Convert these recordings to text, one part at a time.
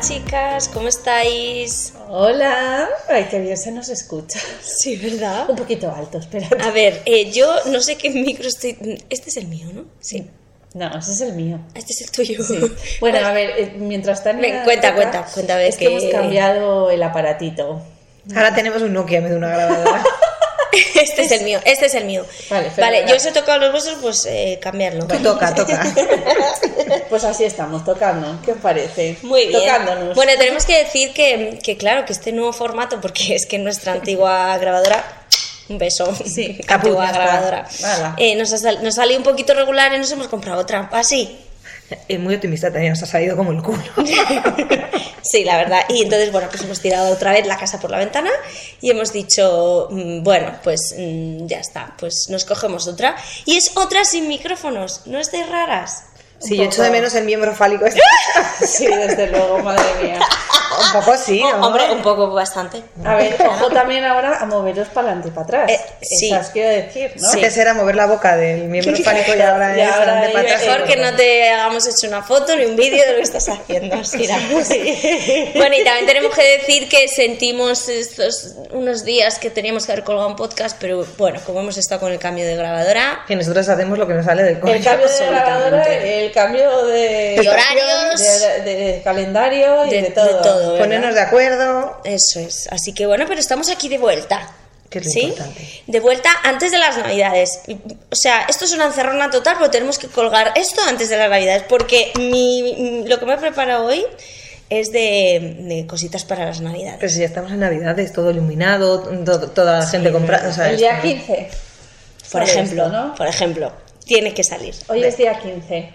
chicas, ¿cómo estáis? Hola, ay, qué bien se nos escucha. Sí, ¿verdad? Un poquito alto, espera. A ver, eh, yo no sé qué micro estoy... Este es el mío, ¿no? Sí. No, ese es el mío. Este es el tuyo. Sí. Bueno, a ver, eh, mientras tanto. Ven, cuenta, cuenta, cuenta, a ver Es que qué- hemos cambiado el aparatito. Ahora tenemos un Nokia en vez de una grabadora. Este es el mío, este es el mío. Vale, vale fenomenal. yo os he tocado los vuestros, pues eh, cambiarlo. Tú toca, toca. Pues así estamos, tocando. ¿Qué os parece? Muy bien. Tocándonos. Bueno, tenemos que decir que, que claro, que este nuevo formato, porque es que nuestra antigua grabadora. Un beso. Sí, antigua ya está. grabadora. Hala. Eh, nos, ha sal- nos salió un poquito regular y nos hemos comprado otra. Ah, Así. Es muy optimista también, nos ha salido como el culo. Sí, la verdad. Y entonces, bueno, pues hemos tirado otra vez la casa por la ventana y hemos dicho, mm, bueno, pues mm, ya está, pues nos cogemos otra. Y es otra sin micrófonos, no es de raras. Sí, yo echo de menos el miembro fálico. este. Sí, desde luego, madre mía. Un poco sí, ¿no? Oh, Hombre, un poco, bastante. A ver, ojo también ahora a moveros para adelante y para atrás. Eh, sí. Eso os quiero decir, ¿no? Sí. Antes era mover la boca del miembro fálico y ahora Y es ahora de es patas. Mejor que no te hagamos hecho una foto ni un vídeo de lo que estás haciendo. Sira. Bueno, y también tenemos que decir que sentimos estos unos días que teníamos que haber colgado un podcast, pero bueno, como hemos estado con el cambio de grabadora Que nosotros hacemos lo que nos sale del coño. El cambio de Absolutamente. grabadora, el cambio de. De horarios. De, de- de calendario y de, de, todo. de todo, ¿verdad? Ponernos de acuerdo. Eso es. Así que bueno, pero estamos aquí de vuelta. Que es lo ¿Sí? importante. De vuelta antes de las navidades. O sea, esto es una encerrona total, pero tenemos que colgar esto antes de las navidades, porque mi, lo que me he preparado hoy es de, de cositas para las navidades. Pero si ya estamos en Navidades, todo iluminado, todo- toda la gente comprando. o sea, El es- día 15. Por Sale ejemplo, esto, ¿no? por ejemplo, tiene que salir. Hoy es día 15.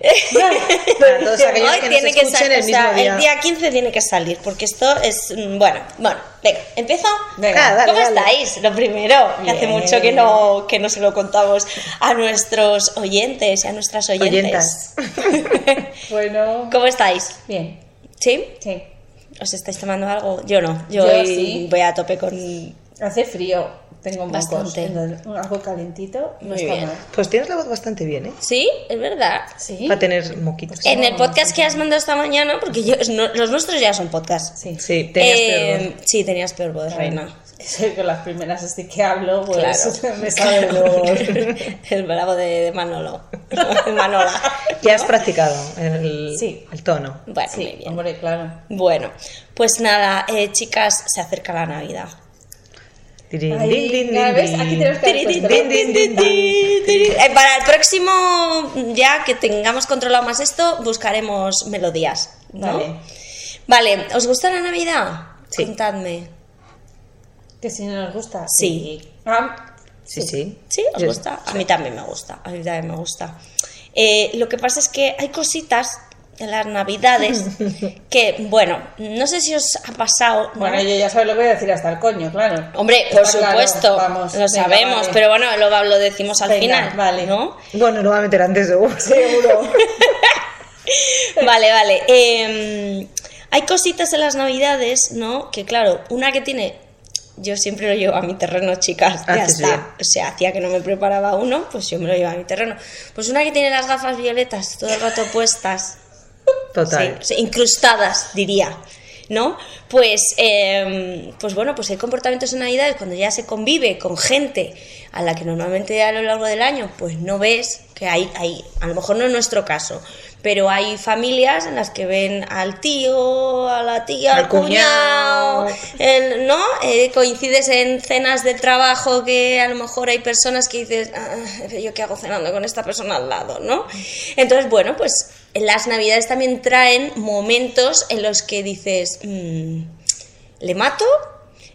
Para todos aquellos Hoy que nos tiene que escuchen salir, el o mismo sea, día. el día 15 tiene que salir, porque esto es mm, bueno, bueno, venga, empiezo. Venga, Ah, dale, ¿Cómo dale. estáis? Lo primero, que hace Bien. mucho que no que no se lo contamos a nuestros oyentes y a nuestras oyentes. Bueno. ¿Cómo estáis? Bien, ¿Sí? sí. ¿Os estáis tomando algo? Yo no, yo, Yo hoy sí. voy a tope con Hace frío. Tengo mocos. Pues Bastante. Entonces, algo calentito no Muy está bien. mal. Pues tienes la voz bastante bien, ¿eh? Sí, es verdad. Sí. Para tener moquitos. En el podcast que has mandado esta mañana, porque yo- no- los nuestros ya son podcasts. Sí. Sí, tenías Eh, peor voz. Sí, tenías peor voz, reina. Soy con las primeras así que hablo, pues Claro. me sabe lo- El bravo de, de Manolo. De Manola. Ya has practicado el, Sí. el tono. Bueno, muy Sí, bien. hombre, claro. Bueno, pues nada, eh, chicas, se acerca la Navidad. Tirin, Ahí, din, din, ya din, ves, din. aquí tenemos que haber puesto- Din, din, din, din. Eh, para el próximo, ya que tengamos controlado más esto, buscaremos melodías. ¿no? Vale. Vale, ¿os gusta la Navidad? Sí. Contadme. Que si no nos gusta. Sí. Ah, Sí, sí. ¿Sí? ¿Os Yo- gusta? A mí también me gusta. A mí también me gusta. Eh, lo que pasa es que hay cositas en las navidades que, bueno, no sé si os ha pasado. ¿no? bueno, yo ya sabes lo que voy a decir hasta el coño, claro. Hombre, por Está claro, supuesto, vamos, lo venga, sabemos, vale. pero bueno, lo, lo decimos al Venga, final, vale. ¿no? Bueno, lo va a meter antes seguro. Seguro. Vale, vale. eh, hay cositas en las navidades, ¿no? Que claro, una que tiene... Yo siempre lo llevo a mi terreno, chicas. Ya Haces bien. está. O sea, hacía que no me preparaba uno, pues yo me lo llevo a mi terreno. Pues una que tiene las gafas violetas todo el rato puestas. Total. Sí, sí, incrustadas, diría. ¿No? Pues, eh, pues bueno, pues hay comportamientos en Navidad cuando ya se convive con gente a la que normalmente a lo largo del año, pues no ves que hay, hay a lo mejor no es nuestro caso, pero hay familias en las que ven al tío, a la tía, al, Al cuñado, cuñado. el- ¿no? Eh, coincides en cenas del trabajo que a lo mejor hay personas que dices, "Ah, yo qué hago cenando con esta persona al lado, ¿no? Entonces, bueno, pues las navidades también traen momentos en los que dices, "Mm, ¿le mato?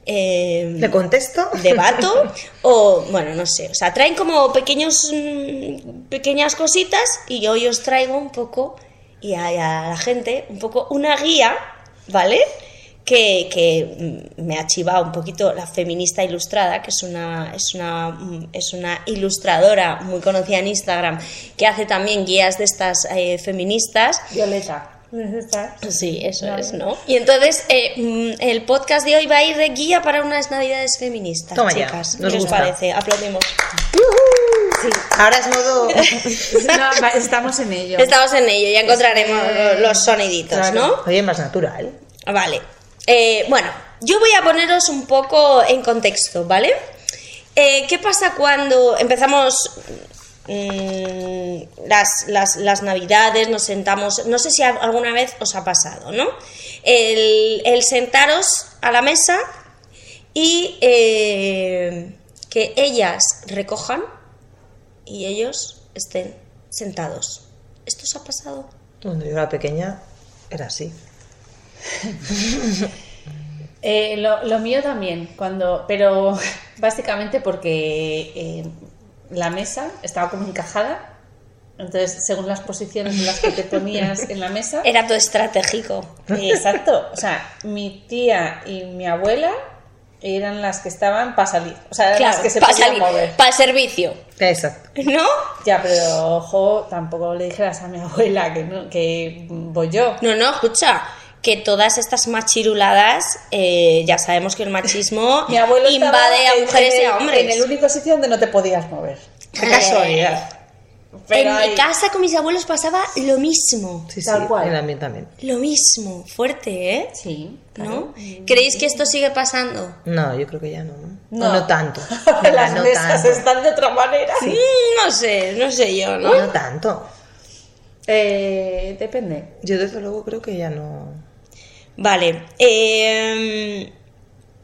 Eh, ¿Le contesto? debato o bueno no sé o sea traen como pequeños mm, pequeñas cositas y hoy os traigo un poco y a, y a la gente un poco una guía vale que, que, mm, me ha chivado un poquito la feminista ilustrada que es una es una mm, es una ilustradora muy conocida en Instagram que hace también guías de estas eh, feministas Violeta. ¿Estás? Sí, eso Vale. es, ¿no? Y entonces eh, mm, el podcast de hoy va a ir de guía para unas navidades feministas, Toma ya, chicas. nos ¿Qué os gusta. parece? Aplaudimos. Ahora es modo. No, va- estamos en ello. Estamos en ello, ya encontraremos los soniditos, Claro. ¿no? Oye, más natural. Vale. Eh, bueno, yo voy a poneros un poco en contexto, ¿vale? Eh, ¿Qué pasa cuando empezamos mm, las, las- las navidades, nos sentamos? No sé si a- alguna vez os ha pasado, ¿no? El, el sentaros a la mesa y eh, que ellas recojan y ellos estén sentados. ¿Esto os ha pasado? Cuando yo era pequeña era así. Eh, lo, lo mío también, cuando, pero básicamente porque eh, la mesa estaba como encajada, entonces según las posiciones en las que te ponías en la mesa, eh, Era todo estratégico. exacto, o sea, mi tía y mi abuela eran las que estaban para salir, o sea, eran las Claro, que se para podían salir, mover. para servicio, Exacto. ¿no? Ya, pero ojo, tampoco le dijeras a mi abuela que, no, que voy yo. No, no, escucha, que todas estas machiruladas, eh, ya sabemos que el machismo Mi abuelo estaba invade a en- mujeres en y el- a En el hombres. único sitio donde no te podías mover. Qué Eh, casualidad. En ahí- mi casa con mis abuelos pasaba lo mismo, Sí, Tal sí, cual. en la mía también. lo mismo, fuerte, ¿eh? Sí. ¿No? ¿Creéis que esto sigue pasando? No, yo creo que ya no, ¿no? No. No, no tanto. Las no mesas tanto. están de otra manera. Mm, No sé, no sé yo, ¿no? No tanto. Eh, depende. Yo desde luego creo que ya no. Vale. eh,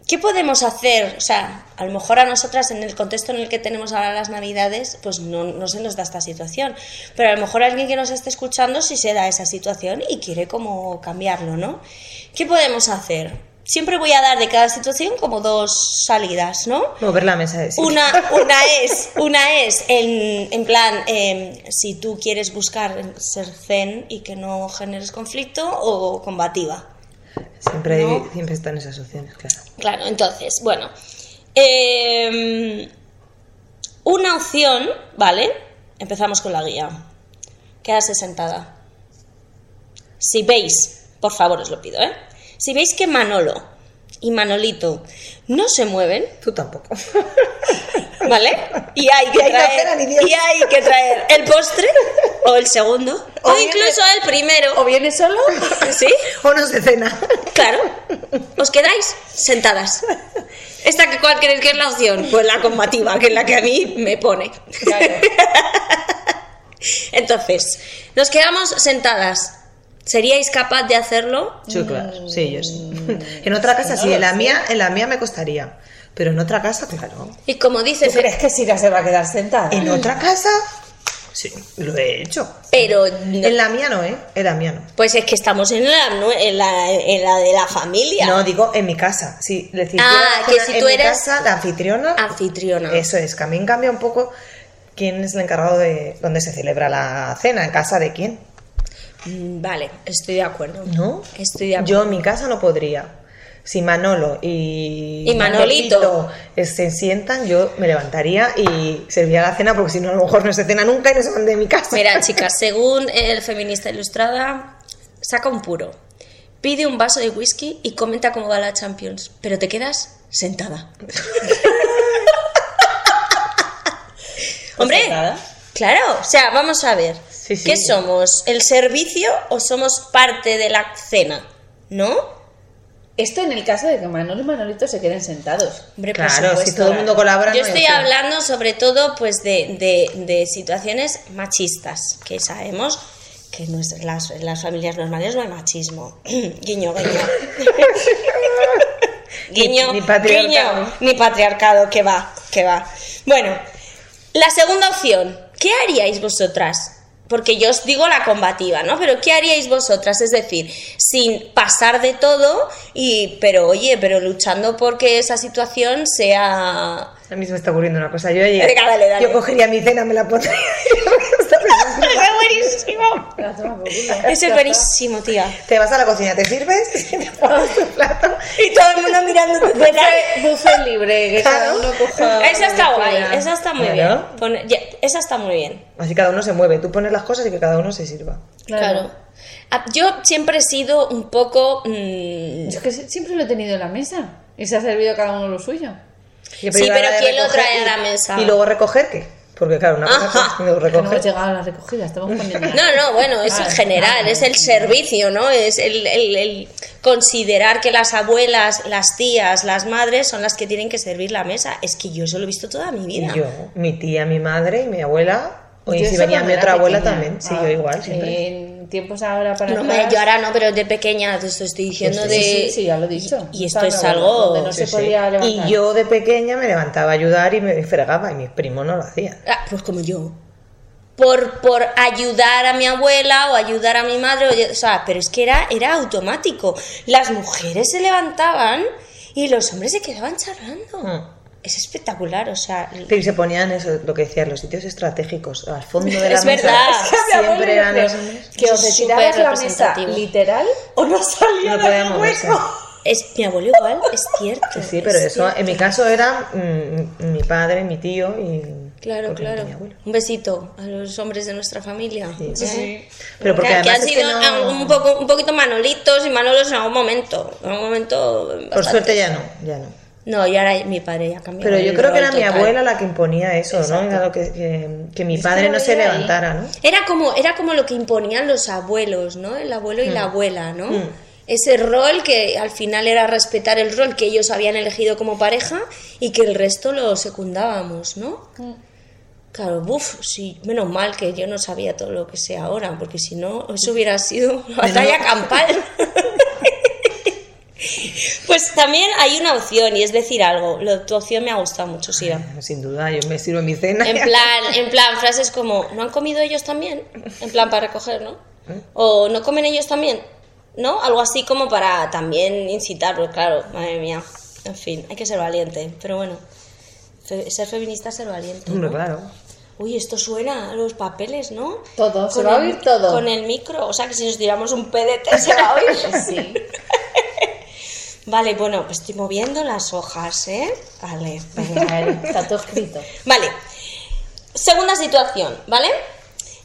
¿Qué podemos hacer? O sea, a lo mejor a nosotras en el contexto en el que tenemos ahora las navidades, pues no, no se nos da esta situación. Pero a lo mejor alguien que nos esté escuchando sí se da esa situación y quiere como cambiarlo, ¿no? ¿Qué podemos hacer? Siempre voy a dar de cada situación como dos salidas, ¿no? Mover la mesa de sí. Una, una es, una es en, en plan, eh, si tú quieres buscar ser zen y que no generes conflicto o combativa. Siempre, hay- No. siempre están esas opciones, claro. Claro, entonces, bueno. eh, una opción, ¿vale? Empezamos con la guía. Quedarse sentada. Si veis, por favor os lo pido, ¿eh? Si veis que Manolo y Manolito no se mueven, Tú tampoco. ¿vale? Y hay que Y hay que hacer traer, a mi Dios. y hay que traer el postre o el segundo o, O bien incluso el ¿O primero, vienes solo? ¿sí? O no se cena. Claro, os quedáis sentadas. ¿Esta que cuál creéis que es la opción? Pues la combativa, que es la que a mí me pone. Claro. Entonces, nos quedamos sentadas. ¿Seríais capaz de hacerlo? Sí, claro. Sí, yo sí. Mm. En otra casa sí, en la mía, en la mía me costaría. Pero en otra casa, claro. Y como dice, ¿Tú crees que Sira se va a quedar sentada? En otra casa, sí, lo he hecho. pero En la mía no, ¿eh? En la mía no. pues es que estamos en la, nue- en la, en la de la familia. No, digo en mi casa. Sí, le decía, Ah, yo era que la si en tú mi eres casa, la anfitriona. Anfitriona. Eso es, que a mí en cambio un poco quién es el encargado de dónde se celebra la cena, en casa de quién. Mm, Vale, estoy de acuerdo. ¿No? Estoy de acuerdo. Yo en mi casa no podría. Si Manolo y, Y Manolito. eh, se sientan, yo me levantaría y serviría la cena porque si no a lo mejor no se cena nunca y no se van de mi casa. Mira, chicas, según el feminista ilustrada, saca un puro, pide un vaso de whisky y comenta cómo va la Champions, pero te quedas sentada. Hombre, sentada. claro, o sea, vamos a ver, Sí, sí. ¿qué somos? ¿El servicio o somos parte de la cena? ¿No? Esto en el caso de que Manolo y Manolito se queden sentados. Hombre, por claro, si supuesto. todo el mundo colabora. Yo no hay estoy opción. hablando sobre todo pues de, de- de situaciones machistas, que sabemos que en nuestras- las, en las familias normales no hay machismo. guiño, guiño. guiño, Ni- ni patriarcado. guiño, ni patriarcado, que va, que va. Bueno, la segunda opción, ¿qué haríais vosotras? Porque yo os digo la combativa, ¿no? Pero ¿qué haríais vosotras? Es decir, sin pasar de todo, y, pero oye, pero luchando porque esa situación sea A mí se me está ocurriendo una cosa. Yo, ayer- Venga, dale, dale. yo cogería mi cena, me la pondría. ¡Es buenísimo! La toma por culo. Ese es buenísimo, tía. te vas a la cocina, te sirves, te pones tu plato. Y todo el mundo mirando tu Buffet- buffet libre, que cada uno coja Esa lo está que guay, quiera. esa está muy Claro. bien. Pone- ya, esa está muy bien. Así cada uno se mueve. Tú pones las cosas y que cada uno se sirva. Claro. Ah, Yo siempre he sido un poco. mm, Yo es que siempre lo he tenido en la mesa y se ha servido cada uno lo suyo. Yo Sí, iba pero de ¿quién lo recoger trae a y- la mesa? Y luego recoger, ¿qué? Porque claro, una cosa Ajá. es cuando Que no hemos recoges. llegado a la recogida, estamos poniendo. No, no, bueno, es en Claro. general, es el servicio, ¿no? Es el, el- el considerar que las abuelas, las tías, las madres son las que tienen que servir la mesa. Es que yo eso lo he visto toda mi Y vida. yo, mi tía, mi madre y mi abuela. O y Yo si eso venía mi cuando era otra abuela pequeña. también. Sí, Ah, yo igual, siempre. En tiempos ahora para. No, hombre, atrás- yo ahora no, pero de pequeña te esto estoy diciendo Pues Sí, de... sí, sí, ya lo he dicho. Y esto es Estaba algo- donde no Sí, se sí. podía levantar. Y yo de pequeña me levantaba a ayudar y me fregaba y mis primos no lo hacían. Ah, pues como yo. Por, por ayudar a mi abuela o ayudar a mi madre, o, o sea, pero es que era, era automático. Las mujeres se levantaban y los hombres se quedaban charlando. Mm. Es espectacular, o sea... Pero y se ponían eso, lo que decían, los sitios estratégicos, al fondo de la Es mesa. verdad. Siempre eran los hombres. que os Eso es retirabas súper la mesa representativo. literal o no salía No del podíamos hueco. Es, mi abuelo igual, es cierto. Sí, sí, pero es eso en mi cierto. caso era mm, mi padre, mi tío y. Claro, porque no claro. tenía abuelo. Un besito a los hombres de nuestra familia. Sí. ¿eh? Sí. Pero porque que, que además han es sido que no- un, poco, un poquito manolitos y manolos en algún momento. En algún momento. Por bastante. suerte ya no, ya no. No, y ahora mi padre ya cambió. Pero yo el creo que rol era mi total. abuela la que imponía eso, ¿no? Era lo que, que, que mi padre lo no se veía ahí. levantara, ¿no? Era como, era como lo que imponían los abuelos, ¿no? El abuelo y la abuela, ¿no? Ese rol que al final era respetar el rol que ellos habían elegido como pareja y que el resto lo secundábamos, ¿no? Claro, buf, sí, menos mal que yo no sabía todo lo que sé ahora, porque si no, eso hubiera sido una batalla campal. pues también hay una opción y es decir algo. Lo- tu opción me ha gustado mucho, Sira. Sin duda, yo me sirvo mi cena. En plan, en plan, frases como, ¿no han comido ellos también? En plan, para recoger, ¿no? O ¿no comen ellos también? ¿No? Algo así como para también incitar, pero claro, madre mía. En fin, hay que ser valiente, pero bueno. fe- ser feminista es ser valiente. Hombre, ¿no? claro. Uy, esto suena a los papeles, ¿no? Todo, se va a el- oír todo. Con el micro, o sea que si nos tiramos un PDT se va a oír. Sí. Vale, bueno, pues estoy moviendo las hojas, ¿eh? Vale, venga. Venga, Eli, está todo escrito. Vale. Segunda situación, ¿vale?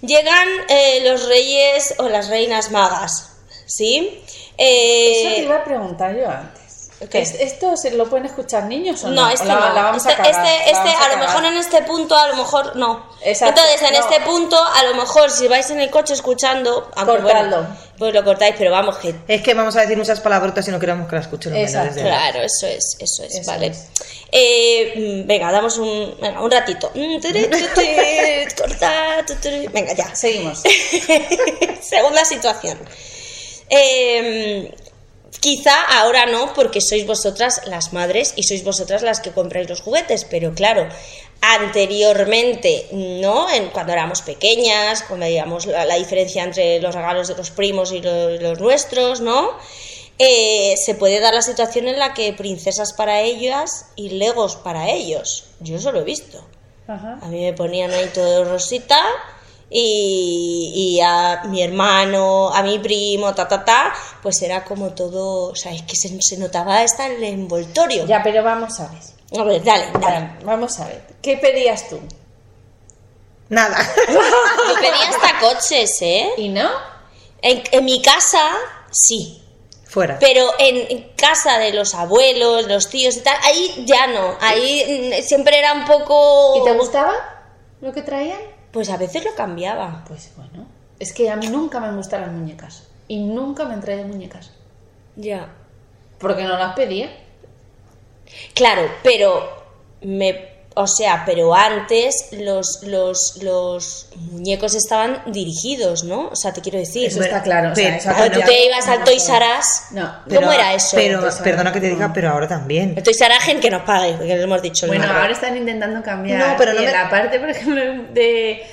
Llegan eh, los reyes o las reinas magas, ¿sí? Eh, Eso te iba a preguntar yo antes. ¿Qué? ¿Es- ¿Esto se lo pueden escuchar niños o no? no, ¿O este la, no. la vamos a Este- cagar, este- la este, vamos a lo cagar. mejor en este punto, a lo mejor no. Exacto, Entonces, en no. este punto, a lo mejor si vais en el coche escuchando, aunque Cortadlo. bueno, pues lo cortáis, pero vamos, que Es que vamos a decir muchas palabrotas y no queremos que la escuchen los Exacto. menores de edad. Claro, eso es, eso es, Eso vale. es. Eh, mm, venga, damos un, venga, un ratito. Mm, tiri, tu, tiri, Corta, tu, tiri. venga, ya. Seguimos. Segunda situación. Eh, quizá ahora no, porque sois vosotras las madres y sois vosotras las que compráis los juguetes, pero claro, anteriormente, ¿no? En, cuando éramos pequeñas, cuando veíamos la, la diferencia entre los regalos de los primos y lo- los nuestros, ¿no? Eh, se puede dar la situación en la que princesas para ellas y legos para ellos. Yo eso lo he visto. Ajá. A mí me ponían ahí todo rosita y, y a mi hermano, a mi primo, ta, ta, ta, pues era como todo, o sea, es que se, se notaba hasta el envoltorio. Ya, pero vamos a ver. A ver, dale, dale. Vale, Vamos a ver. ¿Qué pedías tú? Nada. Yo pedía hasta coches, ¿eh? ¿Y no? En, en mi casa, sí. Fuera. Pero en en casa de los abuelos, los tíos y tal, ahí ya no. Ahí mm, siempre era un poco... ¿Y te gustaba lo que traían? Pues a veces lo cambiaba. Pues bueno. Es que a mí nunca me han gustado las muñecas. Y nunca me han traído muñecas. Ya. Porque no las pedía. Claro, pero me, o sea, pero antes los, los, los muñecos estaban dirigidos, ¿no? O sea, te quiero decir. Eso está claro. o sea, Pero- eso Claro, tú no- te ibas al Toys R Us. No, ¿Cómo pero- era eso? mm. Pero, pues, perdona que te diga, no. pero ahora también. El Toys R Us en que nos pague, porque lo hemos dicho. el Bueno, nombre. ahora están intentando cambiar. No, pero no Y en me- la parte, por ejemplo, de,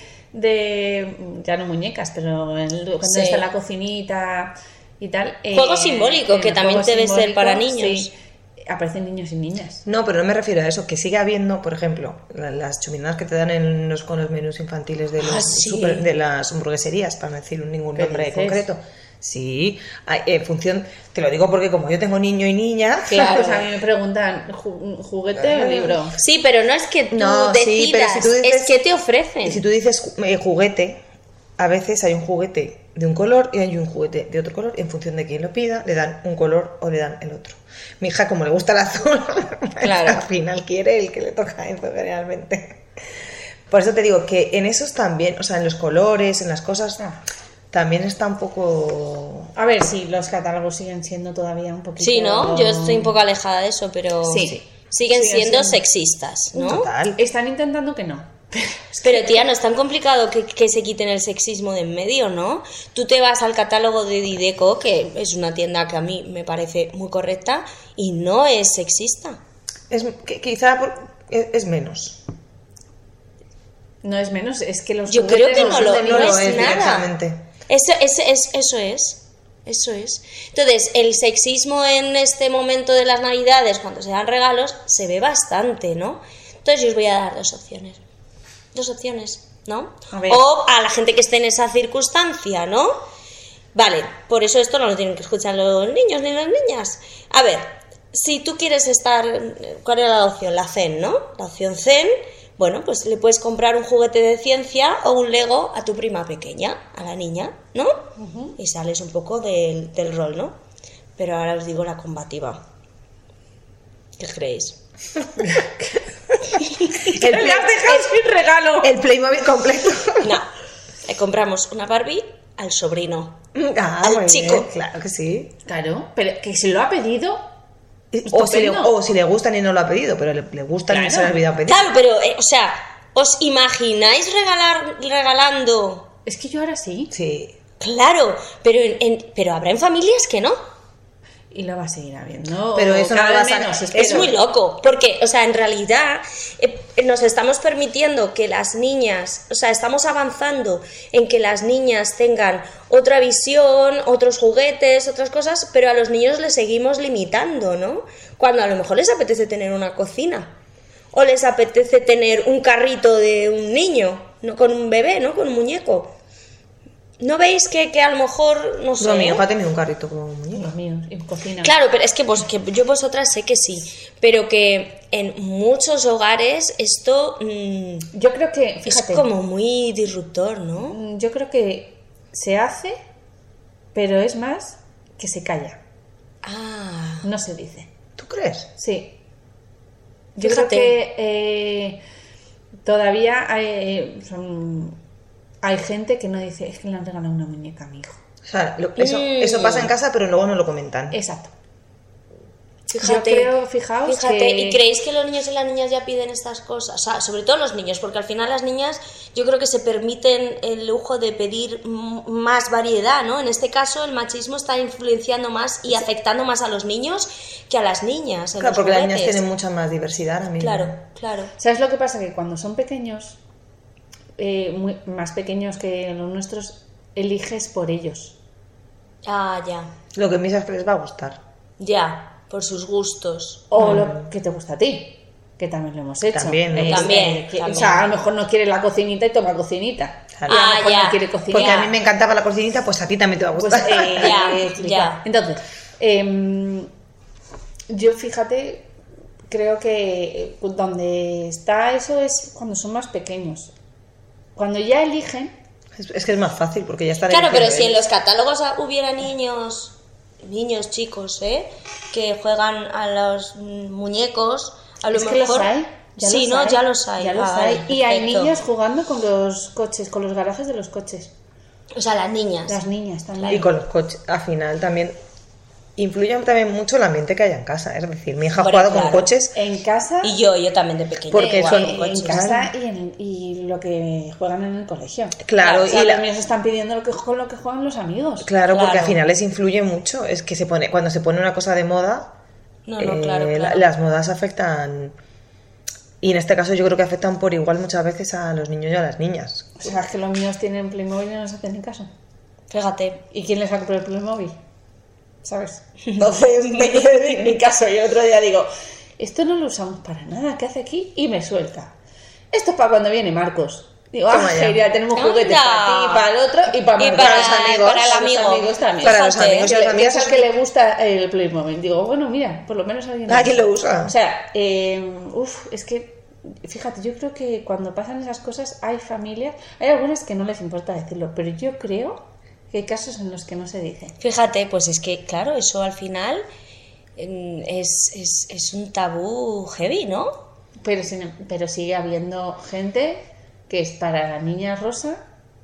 de- ya no muñecas, pero en- cuando Sí. está en la cocinita y tal. eh, Juego simbólico, que el también juego debe ser simbólico, para niños. sí, aparecen niños y niñas. No, pero no me refiero a eso, que sigue habiendo, por ejemplo, la- las chuminadas que te dan en los, con los menús infantiles de, los Ah, sí. super- de las hamburgueserías, para no decir ningún ¿Qué nombre dices? concreto. Sí, hay- en función, te lo digo porque como yo tengo niño y niña, Claro. Pues a mí me preguntan, ¿ju- ¿juguete o libro? Sí, pero no es que tú No, decidas, sí, pero si tú es dices- que te ofrecen. y si tú dices eh, juguete, a veces hay un juguete de un color y hay un juguete de otro color, y en función de quién lo pida, le dan un color o le dan el otro. Mi hija, como le gusta el azul, Claro. al final quiere el que le toca eso generalmente. Por eso te digo que en esos también, o sea, en los colores, en las cosas, Ah. también está un poco... A ver si los catálogos siguen siendo todavía un poquito. Sí, ¿no? Yo estoy un poco alejada de eso, pero Sí. siguen Siguen siendo siendo. sexistas, ¿no? Total. Están intentando que no. Pero tía, no es tan complicado que, que se quiten el sexismo de en medio, ¿no? Tú te vas al catálogo de Dideco, que es una tienda que a mí me parece muy correcta, y no es sexista. Es, que- quizá por- es, es menos. No es menos, es que los Yo creo juguetes que los no lo, venden no los es, es nada. directamente. Eso, ese- es, eso es. Eso es. Entonces, el sexismo en este momento de las navidades, cuando se dan regalos, se ve bastante, ¿no? Entonces yo os voy a dar dos opciones. Dos opciones, ¿no? A ver. O a la gente que esté en esa circunstancia, ¿no? Vale, por eso esto no lo tienen que escuchar los niños ni las niñas. A ver, si tú quieres estar, ¿cuál era la opción? La Zen, ¿no? La opción Zen, bueno, pues le puedes comprar un juguete de ciencia o un Lego a tu prima pequeña, a la niña, ¿no? Y sales un poco del, del rol, ¿no? Pero ahora os digo la combativa. ¿Qué creéis? El, Play- ¡Me has dejado sin regalo! el Playmobil completo. No, le compramos una Barbie al sobrino. ah, Al muy bien, chico. claro que sí. Claro, pero que se lo ha pedido. Y- O si, le, Estupendo. o si le gustan y no lo ha pedido, pero le, le gustan y Claro. se le ha olvidado pedir. Eh, Claro, pero, eh, o sea, ¿os imagináis regalar, regalando? Es que yo ahora sí. Sí. Claro, pero, en- en- pero habrá en familias que no. Y lo va a seguir habiendo. Pero o eso no cada lo vez vas a- menos, espero. Es muy loco, porque, o sea, en realidad eh, nos estamos permitiendo que las niñas, o sea, estamos avanzando en que las niñas tengan otra visión, otros juguetes, otras cosas, pero a los niños les seguimos limitando, ¿no? Cuando a lo mejor les apetece tener una cocina, o les apetece tener un carrito de un niño, no con un bebé, ¿no? Con un muñeco. ¿No veis que, que a lo mejor, no sé... No, mi ¿eh? hijo ha tenido un carrito con un muñeco. Los míos, y cocina. Claro, pero es que, vos- que yo vosotras sé que sí, pero que en muchos hogares esto mm, Yo creo que, es fíjate, como muy disruptor, ¿no? mm, yo creo que se hace, pero es más que se calla, Ah, no se dice. ¿Tú crees? Sí. Yo Fíjate. creo que eh, todavía hay, son- hay gente que no dice, es que le han regalado una muñeca a mi hijo. O sea, lo- eso, Mm. eso pasa en casa, pero luego no lo comentan. Exacto. fíjate. Yo creo, fijaos, Fíjate, que- ¿y creéis que los niños y las niñas ya piden estas cosas? O sea, sobre todo los niños, porque al final las niñas yo creo que se permiten el lujo de pedir m- más variedad, ¿no? En este caso el machismo está influenciando más y afectando más a los niños que a las niñas. en Claro, los porque las niñas juguetes. tienen mucha más diversidad ahora mismo. Claro, claro. ¿Sabes lo que pasa? Que cuando son pequeños, eh, muy- más pequeños que los nuestros, eliges por ellos. Ah, ya. Lo que a mis les va a gustar. Ya, por sus gustos. O lo que te gusta a ti, que también lo hemos hecho. Ah. También, ¿no? Eh, También, eh, que- también. O sea, a lo mejor no quiere la cocinita y toma cocinita. Claro. Y a lo Ah, mejor ya. no quiere Sí, cocinar. Porque ya. a mí me encantaba la cocinita, pues a ti también te va a Pues, gustar. eh, Ya, eh, flipa. ya. Entonces, em, yo fíjate, creo que eh, donde está eso es cuando son más pequeños. Cuando ya eligen, Es, es que es más fácil, porque ya están Claro, pero eligiendo si en los ellos. catálogos ha- hubiera niños, niños chicos, ¿eh? Que juegan a los mm, muñecos, a lo es mejor... que los hay. ya sí, los ¿no? hay, Ya los hay. ya los Ah, hay. vale, Y hay perfecto. niños jugando con los coches, con los garajes de los coches. O sea, las niñas. Las niñas también. Y con los coches, al final también influyen también mucho la mente que haya en casa. Es decir, mi hija ha Hombre, jugado claro. con coches. En casa, Y yo, yo también de pequeña. Porque igual, son- con en coches. casa y, en- y lo que juegan en el colegio. Claro, O sea, y la- los niños están pidiendo lo que, con lo que juegan los amigos. Claro, porque Claro. al final les influye mucho. Es que se pone, cuando se pone una cosa de moda, No, no, eh, claro, la- claro. las modas afectan. Y en este caso yo creo que afectan por igual muchas veces a los niños y a las niñas. O sea, es que los míos tienen Playmobil y no nos hacen ni caso. Fíjate. ¿Y quién les ha comprado el Playmobil? ¿Sabes? Entonces me quiero decir mi caso y el otro día digo, esto no lo usamos para nada, ¿qué hace aquí? Y me suelta. Esto es para cuando viene Marcos. Digo, ah, Toma ya. genial, tenemos juguetes Anda. para ti, para el otro y para, Y Marcos. para- para el Para los amigo. amigos también. Para los Fíjate, amigos y Yo las le- que amigas es al que le gusta el Playmobil. Digo, bueno, mira, por lo menos alguien Ah, ¿quién lo usa? O sea, eh, uff, es que, fíjate, yo creo que cuando pasan esas cosas hay familias, hay algunas que no les importa decirlo, pero yo creo que hay casos en los que no se dice. Fíjate, pues es que, claro, eso al final mm, es, es, es un tabú heavy, ¿no? em, Pero, sin- pero sigue habiendo gente que es para la niña rosa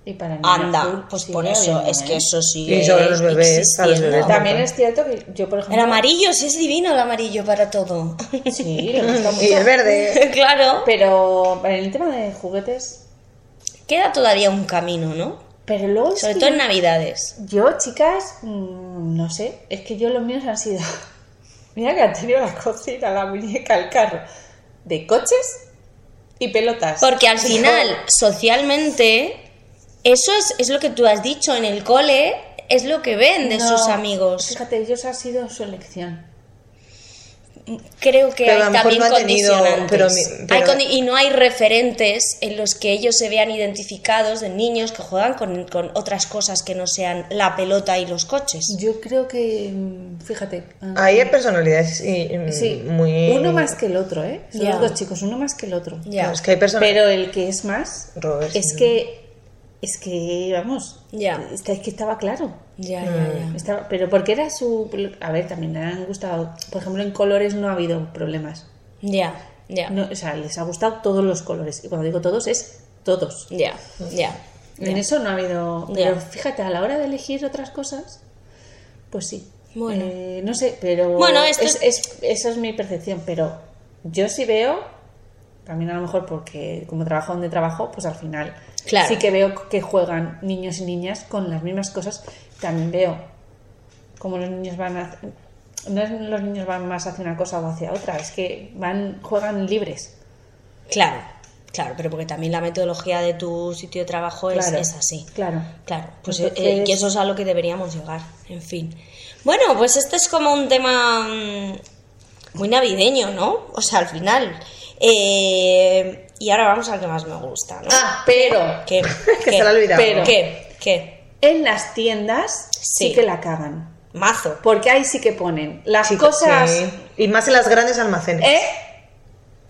y para niña azul. Anda, pues sigue por eso, habiendo, es ¿eh? que eso sí. Y sobre es los bebés, a los existiendo. bebés También es cierto que yo, por El ejemplo... amarillo, sí es divino el amarillo para todo. Sí, le gusta mucho. Y el verde. claro. Pero en el tema de juguetes... Queda todavía un camino, ¿no? Pero luego es Sobre que todo yo- en Navidades. Yo, chicas, mm, no sé, es que yo los míos han sido. Mira que han tenido la cocina, la muñeca, el carro. De coches y pelotas. Porque al Digo, final, socialmente, eso es, es lo que tú has dicho en el cole, es lo que ven de no, sus amigos. Fíjate, ellos ha sido su elección. Creo que Pero hay a lo mejor también no ha tenido- condicionantes. pero mi- pero- Hay condi- y no hay referentes en los que ellos se vean identificados de niños que juegan con, con otras cosas que no sean la pelota y los coches. Yo creo que. mm, Fíjate. han- Ahí hay personalidades y, mm, sí, muy. Uno más que el otro, ¿eh? Son Ya. los dos chicos, uno más que el otro. Ya, Es que hay personas. Pero el que es más. Robert, es sí. que. Es que, vamos. Ya. está- Es que estaba claro. ya, Mm. ya, ya. Estaba- pero porque era su... A ver, también le han gustado... Por ejemplo, en colores no ha habido problemas. Ya, ya. No, o sea, les ha gustado todos los colores. Y cuando digo todos, es todos. Ya, ya. En eso no ha habido... Ya. Pero fíjate, a la hora de elegir otras cosas, pues sí. Bueno. Eh, no sé, pero... Bueno, esto es, es- esa es mi percepción, pero yo sí veo... También a lo mejor porque como trabajo donde trabajo, pues al final Claro. sí que veo que juegan niños y niñas con las mismas cosas. También veo como los niños van a, no es los niños van más hacia una cosa o hacia otra, es que van juegan libres. Claro, claro, pero porque también la metodología de tu sitio de trabajo es, Claro, Pues es así. Claro. Claro, pues Entonces- eh, y eso es a lo que deberíamos llegar, en fin. Bueno, pues este es como un tema mm, muy navideño, ¿no? O sea, al final. Eh, y ahora vamos al que más me gusta, ¿no? Ah, pero ¿Qué? Que ¿Qué? se la ha olvidado. pero- ¿Qué? ¿Qué? en las tiendas sí. Sí. que la cagan, Mazo. porque ahí sí que ponen las Sí, cosas, sí. Y más en las grandes almacenes. ¿eh?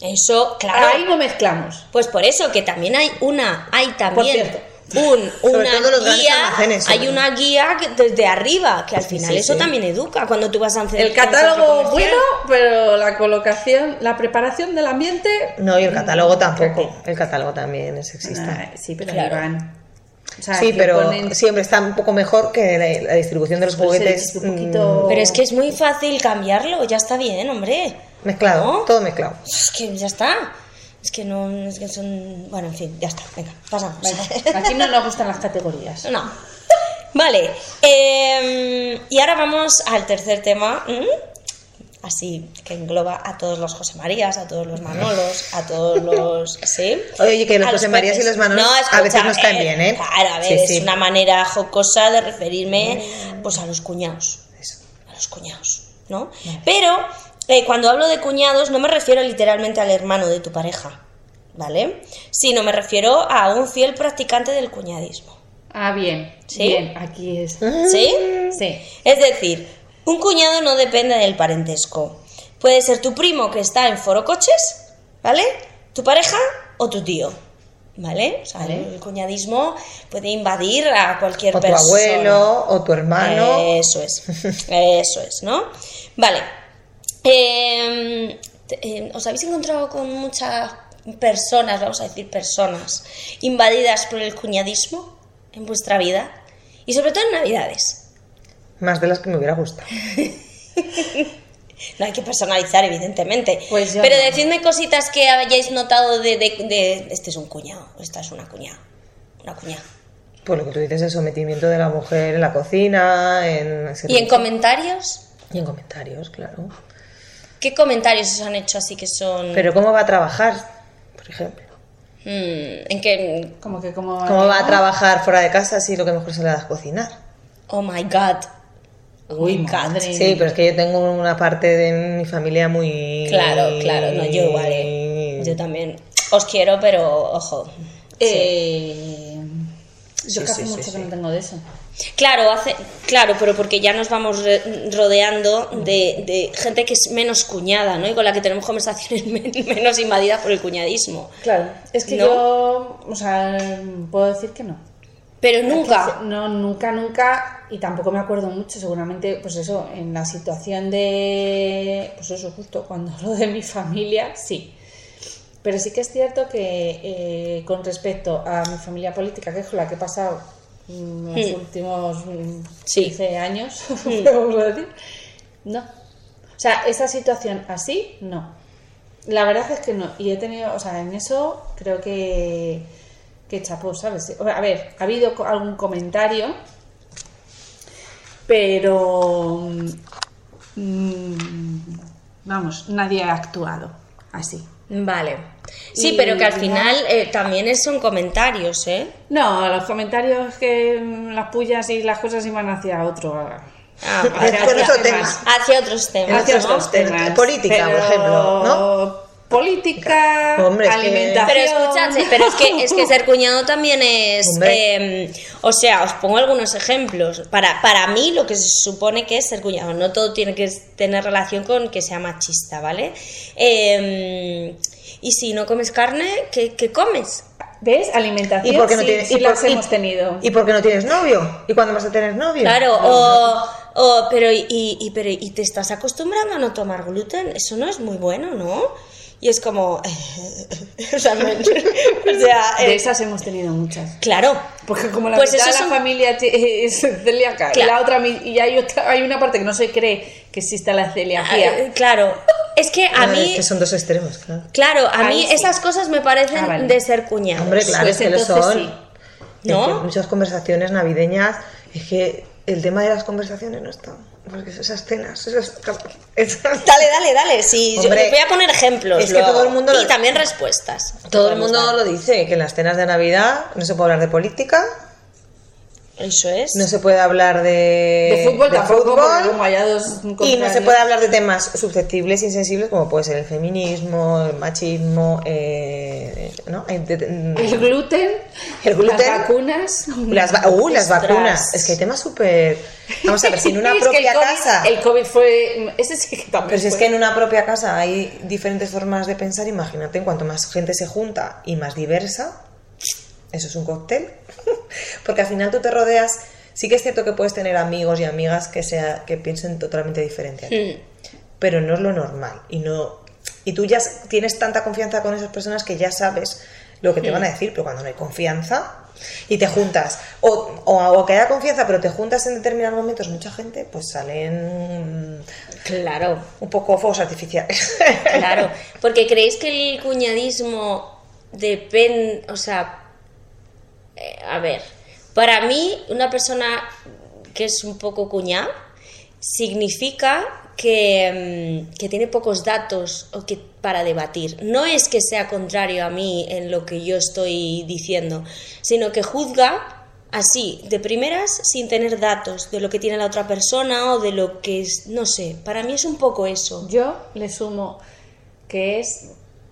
Eso, claro. Ahí no mezclamos. Pues por eso, que también hay una, hay también cierto. un, Sobre una todo los grandes guía, almacenes, sobre hay todo. una guía que- desde arriba, que al final sí, eso sí. también educa cuando tú vas a hacer El catálogo bueno, pero la colocación, la preparación del ambiente No, y el catálogo tampoco. El catálogo también es sexista. Ah, sí, pero Claro. ahí van. O sea, sí, que pero ponen- siempre está un poco mejor que la, la distribución de los Pues he juguetes dicho un poquito- Pero es que es muy fácil cambiarlo, ya está bien, hombre. mm, mezclado, ¿No? todo mezclado. Es que ya está. Es que no, es que son... Bueno, en fin, ya está. Venga, pasamos. Vale, Aquí no nos gustan las categorías. No. Vale. eh, y ahora vamos al tercer tema. ¿mm? Así que engloba a todos los José Marías, a todos los Manolos, a todos los. ¿Sí? Oye, que los A José Marías Pepes. y los Manolos a veces no están bien, ¿eh? Claro, a ver, Sí, es sí. una manera jocosa de referirme pues a los cuñados Eso. a los cuñados, ¿no? Pero eh, cuando hablo de cuñados no me refiero literalmente al hermano de tu pareja, ¿vale? Sino me refiero a un fiel practicante del cuñadismo, Ah, bien. ¿Sí? Bien, aquí es. ¿sí? Sí. Es decir, un cuñado no depende del parentesco. Puede ser tu primo que está en Foro Coches, ¿vale? Tu pareja o tu tío. ¿Vale? O sea, Vale. el cuñadismo puede invadir a cualquier O tu persona. abuelo, o tu hermano. Eso es, eso es, ¿no? Vale. Eh, te- eh, ¿Os habéis encontrado con muchas personas, vamos a decir personas, invadidas por el cuñadismo en vuestra vida? Y sobre todo en Navidades. Más de las que me hubiera gustado. No hay que personalizar, evidentemente. Pues yo Pero no. decidme cositas que hayáis notado de, de- de- Este es un cuñado, esta es una cuñada. Una cuñada. Pues lo que tú dices, el sometimiento de la mujer en la cocina, en... ¿Y en comentarios? y en comentarios, claro. ¿Qué comentarios os han hecho así que son... Pero ¿cómo va a trabajar, por ejemplo? Mm, en que Como que como. ¿Cómo va a trabajar fuera de casa si lo que mejor se le da es cocinar? Oh my god. Uy, Mi cat. madre. Sí, pero es que yo tengo una parte de mi familia muy... Claro, claro, no, yo igual. eh. Yo también. Os quiero, pero ojo. Eh, Yo Sí, casi sí, sí, mucho que sí. no tengo de eso. Claro, hace, claro, pero porque ya nos vamos re- rodeando de, de gente que es menos cuñada, ¿no? Y con la que tenemos conversaciones men- menos invadidas por el cuñadismo. Claro. Es que ¿No? yo. O sea, puedo decir que no. Pero nunca. No, nunca, nunca. Y tampoco me acuerdo mucho, seguramente, pues eso, en la situación de. Pues eso, justo cuando lo de mi familia, sí. Pero sí que es cierto que eh, con respecto a mi familia política, que es con la que he pasado mm, los Mm. últimos mm, Sí. 15 años, vamos a decir, no. O sea, esa situación así, no. La verdad es que no. Y he tenido, o sea, en eso creo que, que chapó, ¿sabes? O sea, A ver, ha habido co- algún comentario, pero mm, vamos, nadie ha actuado así. Vale. Sí, Y pero que al ya. final eh, también es- son comentarios, ¿eh? No, los comentarios que mm, las pullas y las cosas iban hacia otro. Ah, Con vale, Gracias, otro tema. temas. hacia otros temas. Hacia ¿no? otros temas. Política, por ejemplo, ¿no? Política, Hombre, es que- alimentación. Pero escuchadse, pero es que, es que ser cuñado también es... Hombre. eh, o sea, os pongo algunos ejemplos. Para, para mí lo que se supone que es ser cuñado, no todo tiene que tener relación con que sea machista, ¿vale? Eh, y si no comes carne, ¿qué, qué comes? ¿Ves? Alimentación. ¿Y por qué no sí, tienes, sí y por- las y- hemos tenido. ¿Y por qué no tienes novio? ¿Y cuándo vas a tener novio? Claro, o, o- pero, y, y- pero ¿y te estás acostumbrando a no tomar gluten? Eso no es muy bueno, ¿no? Y es como... o sea, me- o sea, De eh, esas hemos tenido muchas. claro. Porque como la Pues mitad de esos la son- familia te- es celíaca y Claro. la otra mi- y hay otra, hay una parte que no se cree que exista la Ah, celiaquía. eh, claro. Es que a Claro, mí... es que son dos extremos, claro. Claro, a Ahí mí sí. esas cosas me parecen Ah, vale. de ser cuñados. Hombre, claro, Pues es que lo entonces son. sí. Es ¿No? que muchas conversaciones navideñas, es que el tema de las conversaciones no está. Porque esas cenas, esas. esas- Dale, dale, dale. Sí, yo Hombre, te voy a poner ejemplos. es que todo el mundo Y lo- también respuestas. Todo el mundo lo dice, que en las cenas de Navidad no se puede hablar de política, Eso es. no se puede hablar eh, de. de fútbol tampoco, fútbol, porque como haya dos y no se contrarios. puede hablar de temas susceptibles, insensibles, como puede ser el feminismo, el machismo, eh, ¿no? Eh, de- de- El gluten, El gluten. las vacunas. Las, va- uh, las Ostras. vacunas. Es que hay temas súper. Vamos a ver, si en una Es que el propia COVID- casa. El COVID fue. Ese sí que también. Pero si es fue. que en una propia casa hay diferentes formas de pensar, imagínate, en cuanto más gente se junta y más diversa, eso es un cóctel. Porque al final tú te rodeas, sí que es cierto que puedes tener amigos y amigas que, sea, que piensen totalmente diferente a ti, Mm. pero no es lo normal. Y, no, y tú ya s- tienes tanta confianza con esas personas que ya sabes lo que te van a decir, pero cuando no hay confianza y te juntas, o, o, o que haya confianza, pero te juntas en determinados momentos mucha gente, pues salen Claro, un poco fuegos artificiales. claro. Porque creéis que el cuñadismo depende. O sea. eh, a ver. Para mí, una persona que es un poco cuñada significa que, mm, que tiene pocos datos o que para debatir. No es que sea contrario a mí en lo que yo estoy diciendo, sino que juzga así, de primeras, sin tener datos de lo que tiene la otra persona o de lo que es, no sé, para mí es un poco eso. Yo le sumo que es,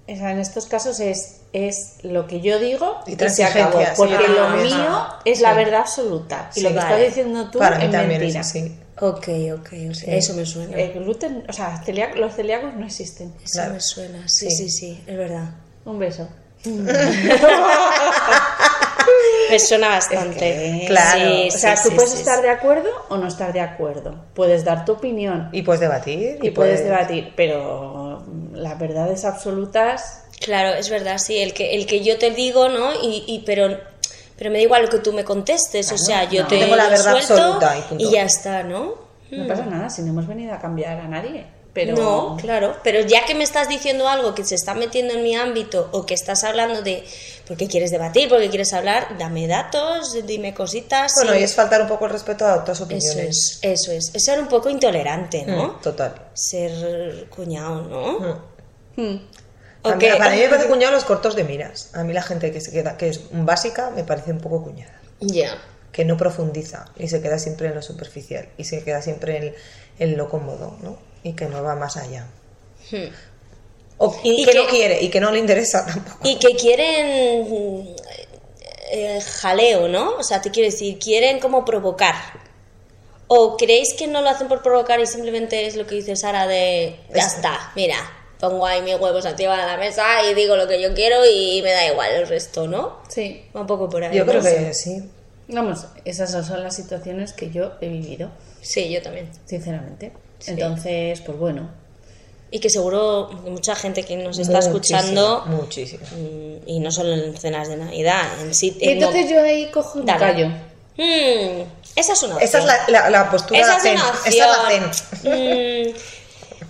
o sea, en estos casos es, es lo que yo digo Y y, se acabó. transigencias, Porque sí. lo Ah, mío ajá. es la Sí. verdad absoluta. Y Sí, lo que vale. estás diciendo tú Para mí es también mentira. Eh, es así. Ok, ok, o sea, eso me suena. El gluten, o sea, celíaco- los celíacos no existen. eso claro. me suena, sí, sí, Sí. sí, es verdad. Un beso. Me suena bastante. Eh, Claro, Sí, o sea, sí, tú sí, puedes sí, estar sí. de acuerdo o no estar de acuerdo. Puedes dar tu opinión Y puedes debatir. y, puedes debatir, pero mm, las verdades absolutas Claro, es verdad, sí, el que, el que yo te digo, ¿no? Y, y- pero, pero me da igual lo que tú me contestes, o sea, yo no. te Tengo la lo verdad suelto absoluta y punto. ya está, ¿no? No pasa nada, si no hemos venido a cambiar a nadie. Pero No, claro, pero ya que me estás diciendo algo que se está metiendo en mi ámbito o que estás hablando de por qué quieres debatir, por qué quieres hablar, dame datos, dime cositas. Bueno, sí. y es faltar un poco el respeto a otras eso opiniones. es, eso es. Eso era un poco intolerante, ¿no? Mm, Total. Ser cuñado, ¿no? Mm. Hmm. Ok. eh, A mí- Para mí me parece cuñado los cortos de miras. A mí la gente que se queda, que es básica, me parece un poco cuñada. Ya. Que no profundiza y se queda siempre en lo superficial y se queda siempre en, en lo cómodo, ¿no? Y que no va más allá. Hmm. O- y, Y que, que- no quiere y que no le interesa tampoco. Y que quieren eh, jaleo, ¿no? O sea, te quiero decir, quieren como provocar. ¿O creéis que no lo hacen por provocar y simplemente es lo que dice Sara de ya Es- está, mira, pongo ahí mis huevos encima de la mesa y digo lo que yo quiero y me da igual el resto, ¿no? Sí. Va un poco por ahí. Yo ¿no? creo que sí. Vamos, esas son las situaciones que yo he vivido, Sí, yo también. sinceramente. Entonces, pues bueno. Y y que seguro mucha gente que nos está escuchando, Muchísimo. mm, y no solo en cenas de Navidad, en sitios... Y entonces yo ahí cojo y me Dale. callo. esa es una Esa es opción. la, la, la postura Esa es zen. una Esa es la opción. zen. Mm,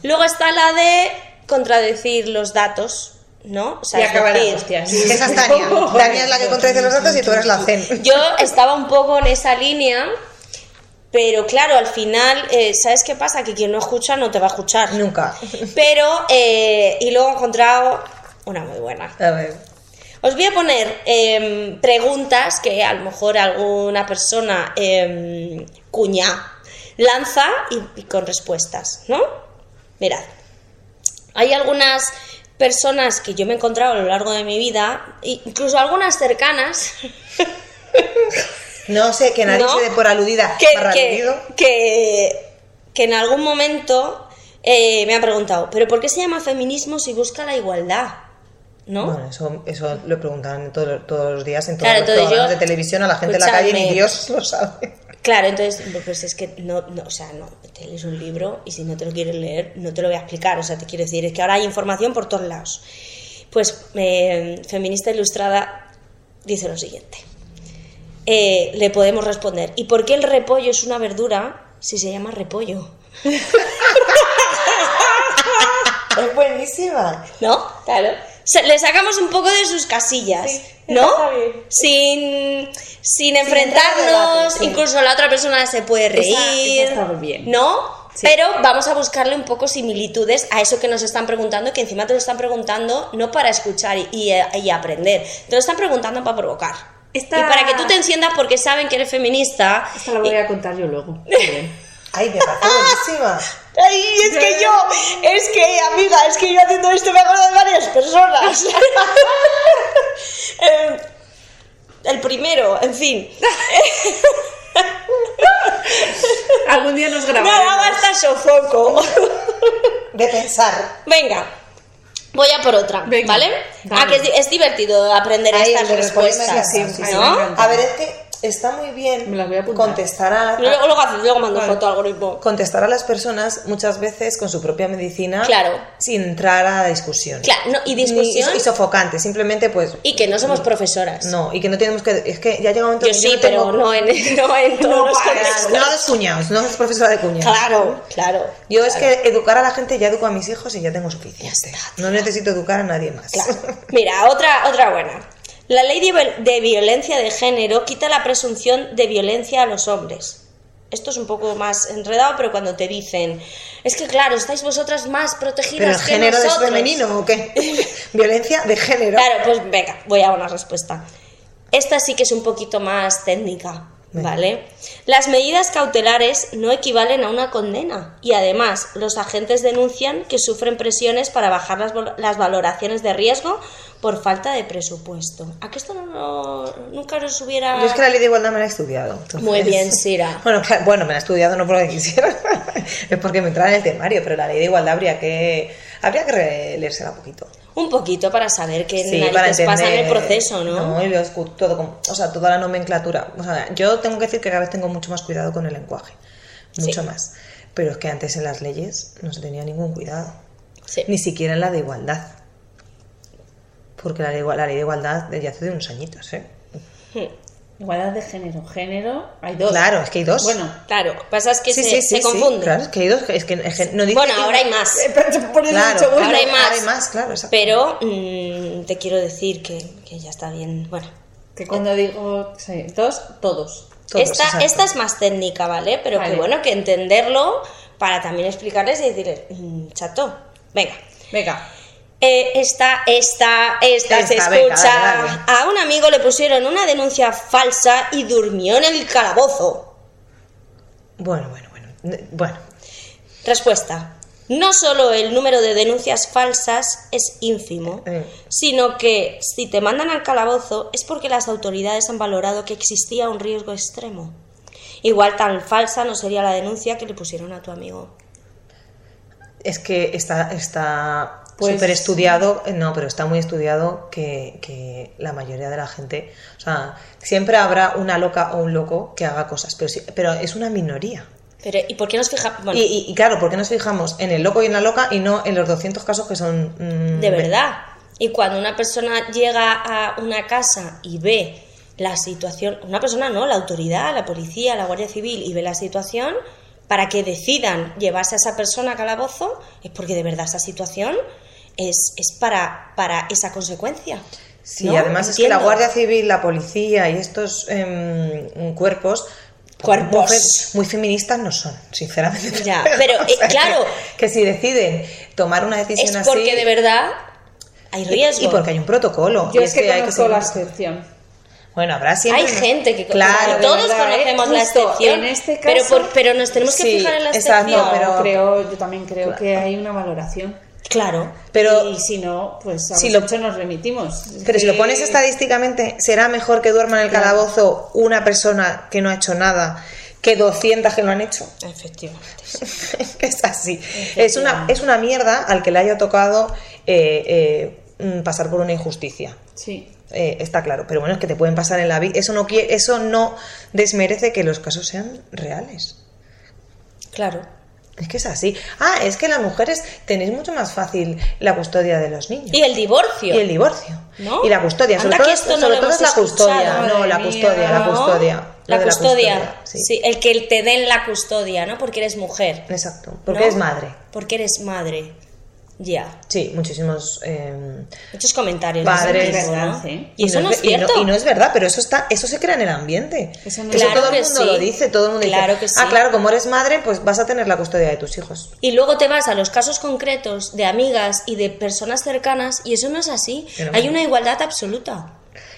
Luego está la de contradecir los datos, ¿no? O sea, Y es acabar decir, hostias. Esa es Tania. Tania es la que contradice los datos y tú eres la zen. Yo estaba un poco en esa línea, pero claro, al final, eh, ¿sabes qué pasa? Que quien no escucha no te va a escuchar. Nunca. Pero, eh, y luego he encontrado una muy buena. A ver. Os voy a poner em, preguntas que a lo mejor alguna persona em, cuña lanza y, y con respuestas, ¿no? Mirad, hay algunas personas que yo me he encontrado a lo largo de mi vida, i- incluso algunas cercanas, No sé, que nadie No. se dé por aludida. que, barra que, aludido. que- que en algún momento eh, me han preguntado, ¿pero por qué se llama feminismo si busca la igualdad? ¿No? Bueno, eso, eso lo preguntan todos, todos los días en todos Claro, los entonces programas yo- de televisión a la gente de la escúchame. calle, ni Dios lo sabe. Claro, entonces, pues es que no, no, o sea, no, te lees un libro y si no te lo quieres leer, no te lo voy a explicar. O sea, te quiero decir, es que ahora hay información por todos lados. Pues, eh, Feminista Ilustrada dice lo siguiente. Eh, le podemos responder, ¿y por qué el repollo es una verdura si se llama repollo? Es buenísima. ¿No? Claro. Se- le sacamos un poco de sus casillas, Sí, ¿no? está bien. Sin, sin entrar en enfrentarnos, debate, sí. incluso la otra persona se puede reír, Esa- esa está muy bien. ¿no? Sí. Pero vamos a buscarle un poco similitudes a eso que nos están preguntando, que encima te lo están preguntando no para escuchar y, y- y aprender, te lo están preguntando para provocar. Esta- Y para que tú te enciendas porque saben que eres feminista. Esta la voy a contar yo luego. Bien. Ay, me parece Ah. buenísima. Ay, es que yo, es que amiga, es que yo haciendo esto me acuerdo de varias personas. Eh, el primero, en fin. Algún día nos No, grabaremos. ahora basta sofoco. De pensar. Venga, voy a por otra, Venga, ¿vale? dale. Ah, que es, di- es divertido aprender Ahí, estas el de responderme es respuestas, así, sí, me ¿no? encanta. A ver, es que está muy bien Me las voy a apuntar. contestar a, Luego, luego, haces- luego mando Vale. foto al grupo. contestar a las personas muchas veces con su propia medicina. Claro. Sin entrar a la discusión. Claro, no, y Ni- discusión. y sofocante, simplemente pues Y que no somos profesoras. no, y que no tenemos que... Es que ya llega un momento Yo que sí, no tengo- pero no en, no en todos los Claro, contextos. no hagas cuñados, no hagas profesora de cuñados. Claro, claro. Yo es que educar a la gente ya educo a mis hijos y ya tengo suficiente. Ya está, no necesito educar a nadie más. Claro. Mira, otra, otra buena. La ley de, viol- de violencia de género quita la presunción de violencia a los hombres. Esto es un poco más enredado, pero cuando te dicen, es que claro, estáis vosotras más protegidas ¿Pero el que género es nosotros". femenino o qué? Violencia de género. Claro, pues venga, voy a una respuesta. Esta sí que es un poquito más técnica, Venga. ¿vale? Las medidas cautelares no equivalen a una condena y además los agentes denuncian que sufren presiones para bajar las, vol- las valoraciones de riesgo por falta de presupuesto. ¿A que esto no, lo- nunca nos hubiera...? Yo es que la ley de igualdad me la he estudiado. entonces- Muy bien, Sira. Bueno, claro, bueno, me la he estudiado no porque quisiera, es porque me entraba en el temario, pero la ley de igualdad habría que habría que releérsela un poquito. Un poquito para saber qué Sí, narices para entender pasa en el proceso, ¿no? y lo escu- todo, como- o sea, toda la nomenclatura. O sea, yo tengo que decir que cada vez tengo mucho más cuidado con el lenguaje, mucho más. Pero es que antes en las leyes no se tenía ningún cuidado, Sí. ni siquiera en la de igualdad. Porque la ley, igua- la ley de igualdad desde hace unos añitos, ¿eh? Hmm. Igualdad de género. Género, hay dos. Claro, es que hay dos. Bueno, Claro, pasa es que se, se confunde. claro, es que hay dos, es que es que no dice Bueno, que- ahora hay más. Eh, por eso he Claro, dicho, bueno, ahora hay más. claro, exacto. Pero mm, te quiero decir que, que ya está bien. Bueno, que cuando digo sí, dos, todos. Todos, esta, exacto. esta es más técnica, ¿vale? Pero que Vale. bueno, que entenderlo para también explicarles y decirles, mm, chato, venga. Venga. Eh, esta, esta, esta, se escucha. Esta, venga, dale, dale. A un amigo le pusieron una denuncia falsa y durmió en el calabozo. Bueno, bueno, bueno. Ne- Bueno, Respuesta. No solo el número de denuncias falsas es ínfimo, Eh. sino que si te mandan al calabozo es porque las autoridades han valorado que existía un riesgo extremo. Igual tan falsa no sería la denuncia que le pusieron a tu amigo. es que está está Pues- súper estudiado, eh, no, pero está muy estudiado que, que la mayoría de la gente, o sea, siempre habrá una loca o un loco que haga cosas, pero sí- pero es una minoría. Pero, ¿y por qué nos fijamos? Bueno, Y, y- y claro, ¿por qué nos fijamos en el loco y en la loca y no en los 200 casos que son... mm, de verdad. Y cuando una persona llega a una casa y ve la situación, una persona no, la autoridad, la policía, la Guardia Civil, y ve la situación, para que decidan llevarse a esa persona a calabozo, es porque de verdad esa situación es, es para, para esa consecuencia. Sí, ¿no? además es que la Entiendo. Guardia Civil, la policía y estos em, cuerpos... Cuerpos. Mujer- Muy feministas no son, sinceramente. Ya, pero, eh, que- claro. Que, si deciden tomar una decisión Es así... porque de verdad hay y- riesgo. Y porque hay un protocolo. Yo y es que hay conozco seguir- la excepción. Bueno, habrá siempre... Hay gente que Claro, y todos de verdad, ¿eh? conocemos la Justo excepción, en este pero, caso- por- pero nos tenemos que Sí, fijar en la exacto, excepción. pero- creo, yo también creo que hay una valoración. Claro, Pero- y si no, pues a Si si lo- lo hecho nos remitimos. Es Pero si lo que- pones estadísticamente, ¿será mejor que duerma en el Claro. calabozo una persona que no ha hecho nada que 200 que lo han hecho? efectivamente. es así. Es una, es una mierda al que le haya tocado eh, eh, mm, pasar por una injusticia. Sí. Eh, está claro, pero bueno, es que te pueden pasar en la vida. Eso no, quie- eso no desmerece que los casos sean reales. Claro. Es que es así. Ah, es que las mujeres tenéis mucho más fácil la custodia de los niños. Y el divorcio. Y el divorcio. ¿no? Y la custodia. Sobre Anda todo, que esto no sobre lo todo es la hemos custodia. escuchado, No, la madre custodia, mía. la ¿no? custodia. Lo La de custodia. sí. sí. el que te den la custodia, ¿no? Porque eres mujer. Exacto. Porque ¿no? es madre. Porque eres madre. Ya. Sí, muchísimos. eh, Muchos comentarios. Padres, de ese tipo, ¿verdad? Sí. Y eso no es ve- y cierto. y no es verdad, pero eso está, eso se crea en el ambiente. Eso no- Claro todo el que mundo sí. lo dice, todo el mundo Claro dice. que sí. Ah, claro, como eres madre, pues vas a tener la custodia de tus hijos. Y luego te vas a los casos concretos de amigas y de personas cercanas y eso no es así. Pero Hay bueno. una igualdad absoluta.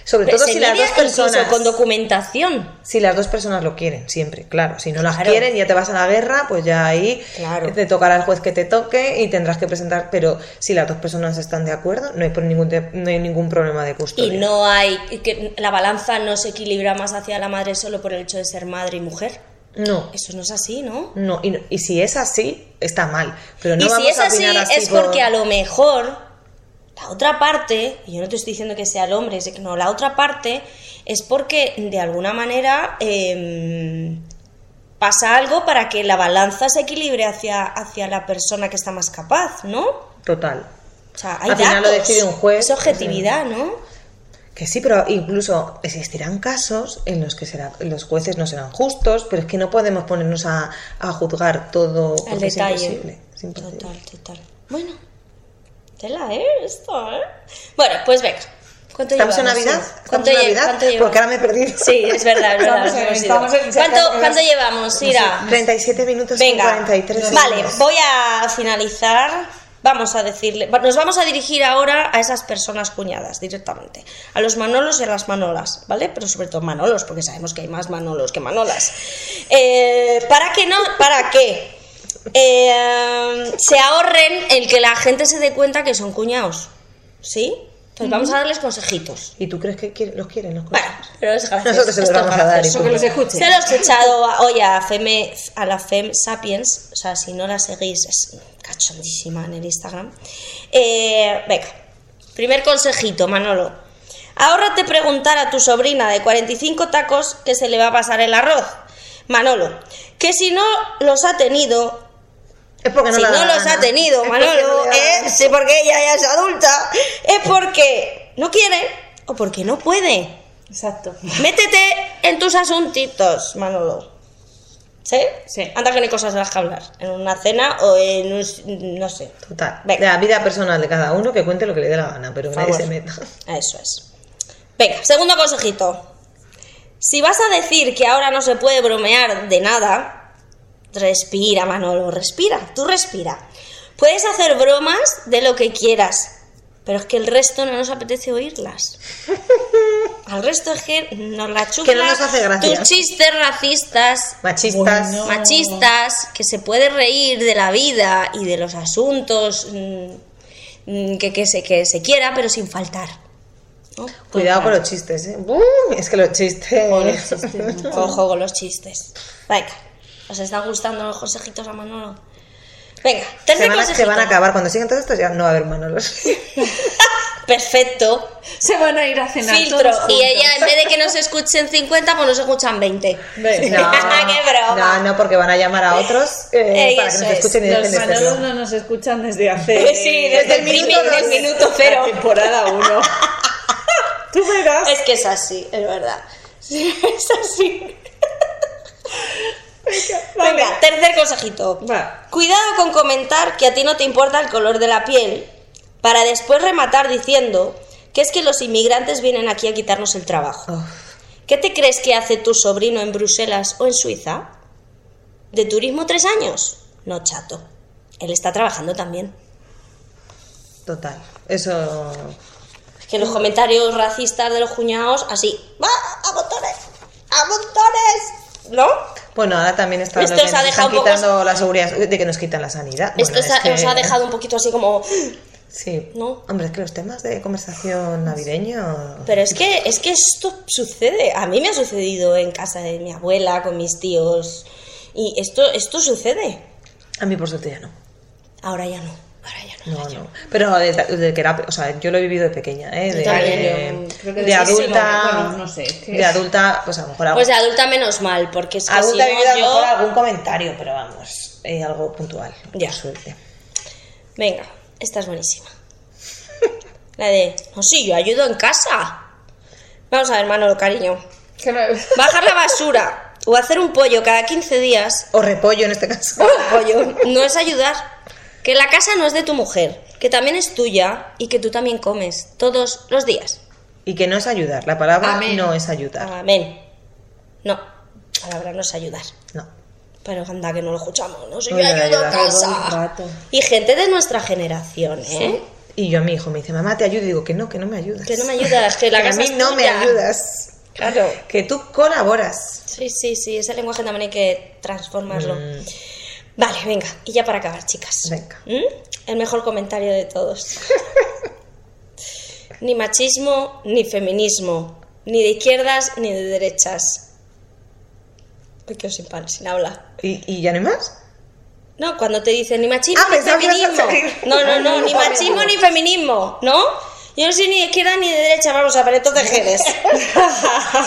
Sobre todo Se si las lidia dos personas. incluso con documentación. Si las dos personas lo quieren, siempre, claro. Si no las Claro. quieren, ya te vas a la guerra, pues ya ahí Claro. te tocará al juez que te toque y tendrás que presentar. Pero si las dos personas están de acuerdo, no hay, por ningún, te- no hay ningún problema de Y custodia. no hay que la balanza no se equilibra más hacia la madre solo por el hecho de ser madre y mujer. No, Eso no es así, ¿no? no, y, no- y si es así, está mal. Pero no y si vamos es a así, opinar así es por- porque a lo mejor la otra parte, y yo no te estoy diciendo que sea el hombre, es que no, la otra parte es porque de alguna manera eh, pasa algo para que la balanza se equilibre hacia, hacia la persona que está más capaz, ¿no? O Total. sea, hay Al final lo datos, decide un juez, pues, eh, Es objetividad, ¿no? Que sí, pero incluso existirán casos en los que será, los jueces no serán justos, pero es que no podemos ponernos a, a juzgar todo Al porque es detalle. imposible, es imposible. Total, total. Bueno, tela, ¿eh? Esto, ¿eh? Bueno, pues venga. ¿Cuánto ¿Estamos en llevamos? Navidad? Sí. ¿Estamos ¿Cuánto en lle- Navidad? cuánto llevamos? Porque ahora me he perdido. Sí, es verdad, es verdad. Estamos en- nos hemos ido. estamos en- ¿Cuánto, cuánto en- llevamos, Ira? 37 minutos con Venga, 43 vale, segundos. voy a finalizar. Vamos a decirle, va- nos vamos a dirigir ahora a esas personas cuñadas directamente, a los manolos y a las manolas, ¿vale? Pero sobre todo manolos, porque sabemos que hay más manolos que manolas. Eh, para que no, para que eh, se ahorren el que la gente se dé cuenta que son cuñados, ¿sí? Entonces vamos a darles consejitos. ¿Y tú crees que quiere- los quieren los Bueno, jueces? pero es gracioso. Nosotros se los esto es vamos a dar gracioso. Eso que los escuchen. Se los he echado a- hoy a, Feme- a la Fem Sapiens. O sea, si no la seguís, es cachondísima en el Instagram. Eh, venga, primer consejito, Manolo. Ahórrate preguntar a tu sobrina de 45 tacos que se le va a pasar el arroz. Manolo, que si no los ha tenido, Es porque no si la no da la los gana. ha tenido, Es porque Manolo, no le da la es gana. porque ella ya es adulta, es porque no quiere o porque no puede. Exacto. Métete en tus asuntitos, Manolo. ¿Sí? Sí. Anda que no hay cosas de las que hablar. En una cena o en un... no sé. Total. Venga. De la vida personal de cada uno que cuente lo que le dé la gana, pero que nadie Favor. se meta. Eso es. Venga, segundo consejito. Si vas a decir que ahora no se puede bromear de nada, respira, Manolo, respira, tú respira. Puedes hacer bromas de lo que quieras, pero es que el resto no nos apetece oírlas. Al resto es que nos la chufla Que no nos hace gracia. tus chistes racistas, Machistas. Bueno. machistas, que se puede reír de la vida y de los asuntos mm, mm, que, que se, que se quiera, pero sin faltar. ¿no? Cuidado con los chistes, ¿eh? ¡Bum! Es que los chistes... Con los chistes, ¿no? Ojo con los chistes. Venga, ¿os están gustando los consejitos a Manolo? Venga, Se tercer van, a, se consejito. van a acabar. Cuando sigan todos estos ya no va a haber Manolos. perfecto, Se van a ir a cenar. filtro. todos Y juntos. ella, en vez de que nos escuchen 50, pues nos escuchan 20. Ve. No. Qué broma. No, no, porque van a llamar a otros eh, Eh, para que nos eso es. escuchen y Los dejen de este Manolos tema. no nos escuchan desde hace. Sí, desde el minuto primer- dos. del minuto cero. la Temporada 1. Tú verás. Es que es así, es verdad. Sí, es así. vale. Venga, tercer consejito. Va. Cuidado con comentar que a ti no te importa el color de la piel, para después rematar diciendo que es que los inmigrantes vienen aquí a quitarnos el trabajo. Uf, ¿Qué te crees que hace tu sobrino en Bruselas o en Suiza? ¿De turismo tres años? No, chato. Él está trabajando también. total. Eso. Que los comentarios racistas de los cuñados, así, ¡va! ¡A montones! ¡A montones! ¿No? Bueno, ahora también está Esto lo que os ha nos dejado un están poco- quitando la seguridad, de que nos quitan la sanidad. Esto Bueno, os ha- es que- os ha dejado un poquito así como. Sí. ¿No? Hombre, es que los temas de conversación navideño. Pero es que, es que esto sucede. A mí me ha sucedido en casa de mi abuela, con mis tíos. Y esto, esto sucede. A mí, por suerte, ya no. Ahora ya no. Ahora ya no. No, no. Pero desde, desde que era. O sea, yo lo he vivido de pequeña, ¿eh? De, también, de- yo creo que de desde adulta. que- bueno, no sé, es que- De adulta, pues a lo mejor algo. Pues de adulta menos mal, porque es que adulta si he vivido no a lo yo... mejor algún comentario, pero vamos, eh, algo puntual. por Ya. suerte. Venga, esta es buenísima. La de... No, sí, yo ayudo en casa. Vamos a ver, Manolo, cariño. Que no- Bajar la basura o hacer un pollo cada 15 días O repollo en este caso. Pollo, no es ayudar. Que la casa no es de tu mujer, que también es tuya y que tú también comes todos los días. Y que no es ayudar. La palabra Amén. Ah. no es ayudar. Amén. No, palabra no es ayudar. No. Pero anda, que no lo escuchamos, no sé, yo No, no, ayudo a ayudar. Todo el casa. rato. Y gente de nuestra generación, ¿eh? Y yo a mi hijo me dice, mamá, te ayudo. Y digo, que no, que no me ayudas. Que no me ayudas, que la Que a casa mí es no me tuya. ayudas. Claro. Que tú colaboras. Sí, sí, sí, ese lenguaje también hay que transformarlo. Mm. Vale, venga, y ya para acabar, chicas. Venga. ¿Mm? El mejor comentario de todos. ni machismo, ni feminismo, ni de izquierdas, ni de derechas. Uy, que os sin pan, sin habla. ¿Y, y ya no hay más? No, cuando te dicen ni machismo, Ah, ni pensaba que ibas feminismo. a salir. No, no, no, ni Vale, machismo, vale. ni feminismo, ¿no? Yo no soy ni de izquierda ni de derecha, vamos a ver, entonces qué eres.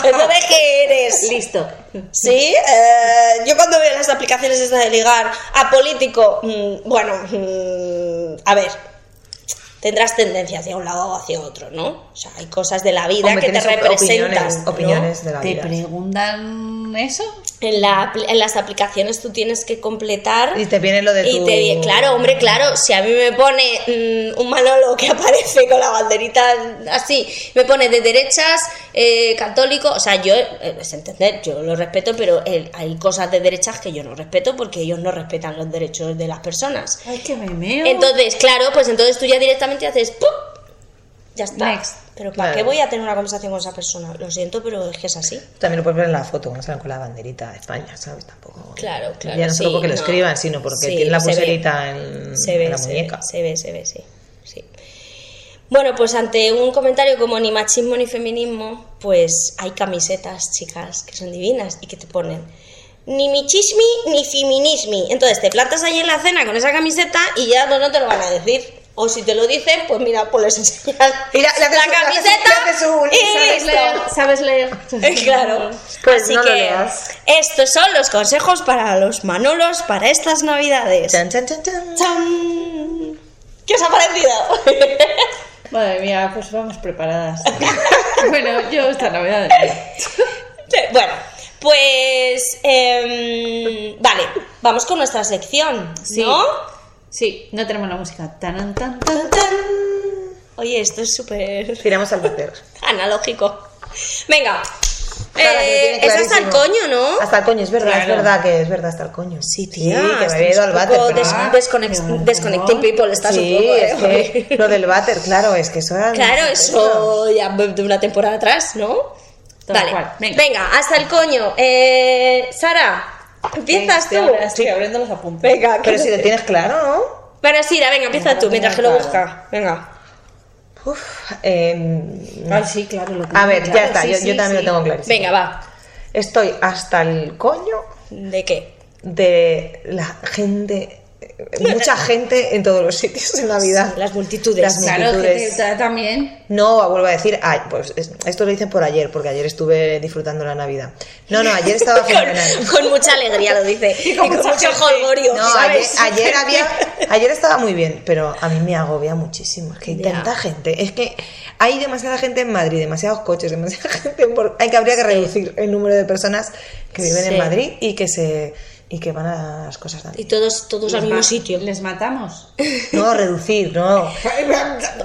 entonces qué eres. Listo. Sí, eh, yo cuando veo las aplicaciones estas de ligar a político, mm, bueno, mm, a ver, tendrás tendencia hacia un lado o hacia otro, ¿no? O sea, hay cosas de la vida Hombre, que te tienes op- representan. Opiniones, ¿no? opiniones de la ¿Te vida. preguntan eso? En, la apl- en las aplicaciones tú tienes que completar. Y te viene lo de y tu- te viene- claro, hombre, claro, si a mí me pone mm, un Manolo que aparece con la banderita así, me pone de derechas, eh, católico, o sea, yo, eh, es entender, yo lo respeto, pero eh, hay cosas de derechas que yo no respeto porque ellos no respetan los derechos de las personas. Ay, que me meo. Entonces, claro, pues entonces tú ya directamente haces ¡pum! Ya está. Next. Pero ¿para Claro. qué voy a tener una conversación con esa persona? Lo siento, pero es que es así. También lo puedes ver en la foto, cuando salen con la banderita de España, ¿sabes? Tampoco. Claro, claro, Ya no solo sí, porque lo no. escriban, sino porque Sí, tienen la se ve. pulserita en, se ve, en la se muñeca. ve, se ve, se ve, sí, sí. Bueno, pues ante un comentario como ni machismo ni feminismo, pues hay camisetas, chicas, que son divinas y que te ponen ni michismi ni feminismi. Entonces te plantas ahí en la cena con esa camiseta y ya no, no te lo van a decir. O si te lo dicen, pues mira, pues les enseñas Y la- le haces un- le haces- le haces un- y ¿sabes ¿Sabes leer? listo. ¿Sabes leer? Eh, Claro. Pues Así no lo que leas. estos son los consejos para los manolos para estas navidades. Chan, chan, chan, chan. ¡Chan! ¿Qué os ha parecido? Madre mía, pues vamos preparadas. bueno, yo esta novedad. bueno, pues. em, vale, vamos con nuestra sección, ¿no? Sí, no tenemos la música. Tan, tan, tan. Oye, esto es súper Tiramos al bater. analógico. Venga. Claro, que lo eh, tiene es hasta el clarísimo. coño, ¿no? Hasta el coño, es verdad, Claro. es verdad que es verdad hasta el coño. Sí, tía, que me había estás ido al un váter. poco pero- des- Ah, desconex- claro. Desconnecting people, estás sí, un poco. ¿eh? es que lo del váter, claro, es que eso era... Claro, eso ya de una temporada atrás, ¿no? Tal vale, cual, venga. venga. hasta el coño. Eh, Sara, empiezas Estoy tú. abri- Estoy abriendo los apuntes. Venga, Pero si lo tienes claro, ¿no? Bueno, Sira, venga, empieza Venga, tú, lo mientras que tengo lo claro. busca. Venga. Uf, eh, Ay, sí, claro. Lo a tengo ver, claro. ya está, Sí, yo, sí, yo también sí. lo tengo clarísimo. Venga, va. Estoy hasta el coño ¿De qué? de la gente eh, mucha gente en todos los sitios en la vida. Las multitudes. Las Claro, que te multitudes. trata bien. No, vuelvo a decir, ay, pues es- esto lo dicen por ayer, porque ayer estuve disfrutando la Navidad. No, no, ayer estaba fenomenal. Con, con mucha alegría lo dice. Y con, mucha mucho gente. jolgorio, No, ayer, ¿sabes? ayer había, ayer estaba muy bien, pero a mí me agobia muchísimo. Es que hay Ya. tanta gente, es que hay demasiada gente en Madrid, demasiados coches, demasiada gente. en Bor- Hay que habría que Sí. reducir el número de personas que viven Sí. en Madrid y que se y que van a las cosas. Y todos, todos al Les mismo ma- sitio. Les matamos. No, reducir, no.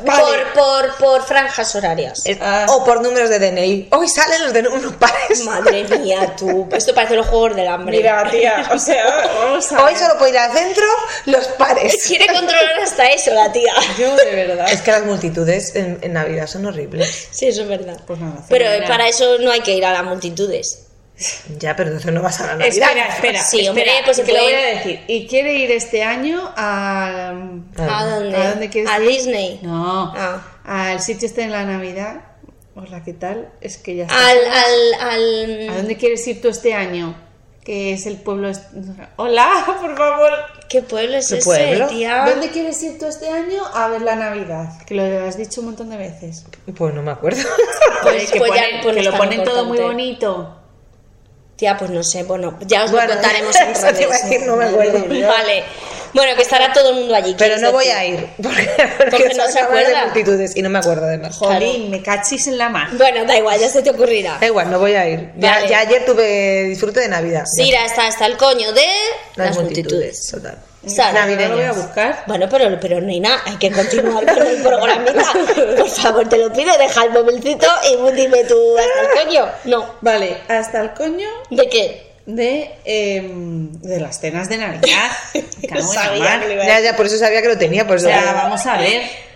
Por, por, por franjas horarias. Es- Ah. O por números de DNI. Hoy salen los de números pares. Madre mía, tú. Esto parece los juegos del hambre. Mira, tía, o sea, vamos a Hoy ver. solo puede ir al centro los pares. Quiere controlar hasta eso la tía. Yo, de verdad. Es que las multitudes en, en Navidad son horribles. Sí, eso es verdad. Pues nada, Pero eh, fenomenal. para eso no hay que ir a las multitudes. Ya, pero entonces no vas a la Navidad. Espera, espera. Sí, espera, hombre, pues se que lo puede- voy a decir. ¿Y quiere ir este año a. ¿A dónde? ¿A dónde quieres ¿A ir? Disney? No, Ah. al sitio este en la Navidad. Hola, ¿qué tal? Es que ya. está. Al, al, al... ¿A dónde quieres ir tú este año? Que es el pueblo. est- Hola, por favor. ¿Qué pueblo es ¿Qué ese, pueblo? tía? ¿Dónde quieres ir tú este año a ver la Navidad? Que lo has dicho un montón de veces. Pues no me acuerdo. Pues, que pues ya, ponen- pues no que es lo tan ponen todo muy importante. bonito. Tía, pues no sé, bueno, ya os Bueno, lo contaremos en eso te iba a redes. decir, no me acuerdo. Vale. Bueno, que estará todo el mundo allí. Pero quieres no voy decir. a ir. Porque, porque no son se números acuerda. de multitudes y no me acuerdo además. Claro. Jolín, me cachis en la mano. Bueno, da igual, ya se te ocurrirá. Da igual, no voy a ir. Ya, Vale. ya ayer tuve disfrute de Navidad. Sí, Ya. irá hasta, hasta el coño de las, las multitudes. Total. Sal. Ahora lo voy a Navideñas. buscar. Bueno, pero, pero Nina, hay que continuar con el programita. Por favor, te lo pido, deja el momentito y dime tú hasta el coño. No. Vale, hasta el coño ¿De qué? de, em, de las cenas de Navidad. Me cago en la mar. que lo iba a Ya, ya, por eso sabía que lo tenía. O Por eso sea, vamos a ver.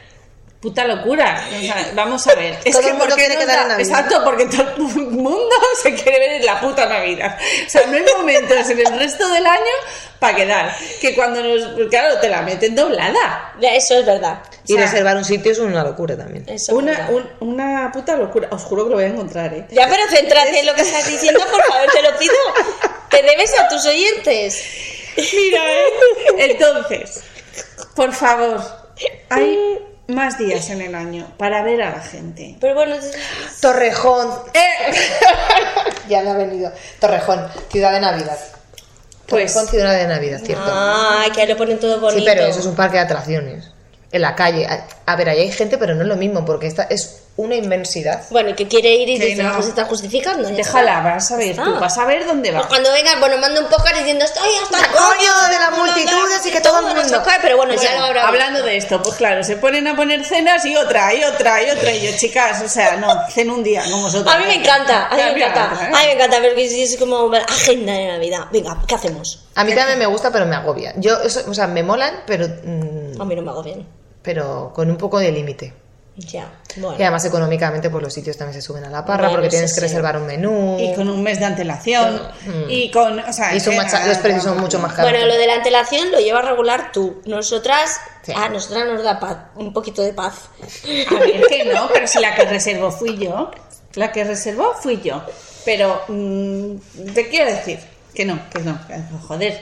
Puta locura. O sea, vamos a ver. Todo el mundo ¿por qué quiere nos quedar da- en Navidad. Exacto, porque todo el mundo se quiere ver en la puta Navidad. O sea, no hay momentos en el resto del año para quedar. Que cuando nos. Claro, te la meten doblada. decir. Eso es verdad. Y o sea- reservar un sitio es una locura también. Eso es Una, verdad. un- una puta locura. Os juro que lo voy a encontrar, ¿eh? Ya, pero céntrate en lo que estás diciendo, por favor, te lo pido. Te debes a tus oyentes. Mira, ¿eh? Entonces, por favor, hay Eh. más días en el año para ver a la gente. Pero bueno, Torrejón. Eh. ya me ha venido. Torrejón, ciudad de Navidad. Pues- Torrejón, ciudad de Navidad, cierto. ay, que ahí lo ponen todo ah, bonito. sí, pero eso es un parque de atracciones. En la calle. A, a ver, ahí hay gente, pero no es lo mismo, porque esta es una inmensidad. Bueno, y que quiere ir y Que dice, no. no. pues está justificando. ya está. Déjala, vas a ver, tú Ah. vas a ver dónde Pues vas. cuando vengas, bueno, manda un podcast diciendo estoy hasta el ¡Hasta el coño de las multitudes y que todo el nos mundo! Pues choca", pero bueno, ya lo habrá. pues Hablando de esto, pues claro, se ponen a poner cenas y otra, y otra, y otra. Y yo, chicas, o sea, no, cen un día, no vosotros. A mí me encanta, a mí Ya, me encanta, ¿eh? a mí me encanta, pero que sí es como agenda de Navidad. Venga, ¿qué hacemos? A mí también me gusta, pero me agobia. Yo, eso- o sea, me molan, pero, mm, A mí no me hago bien. pero con un poco de límite. Ya, Y bueno. además, económicamente, pues los sitios también se suben a la parra, Bueno, porque eso tienes que sí. reservar un menú. mm. Y con un mes de antelación, y con, o sea, eh, Y son que más nada, ca- los precios son nada, mucho más caros. Bueno, lo de la antelación lo lleva a regular tú. Nosotras, Sí. a nosotras nos da paz, un poquito de paz. A ver, que no, pero si la que reservó fui yo. La que reservó fui yo. Pero mm, te quiero decir que no, que no, que no, joder,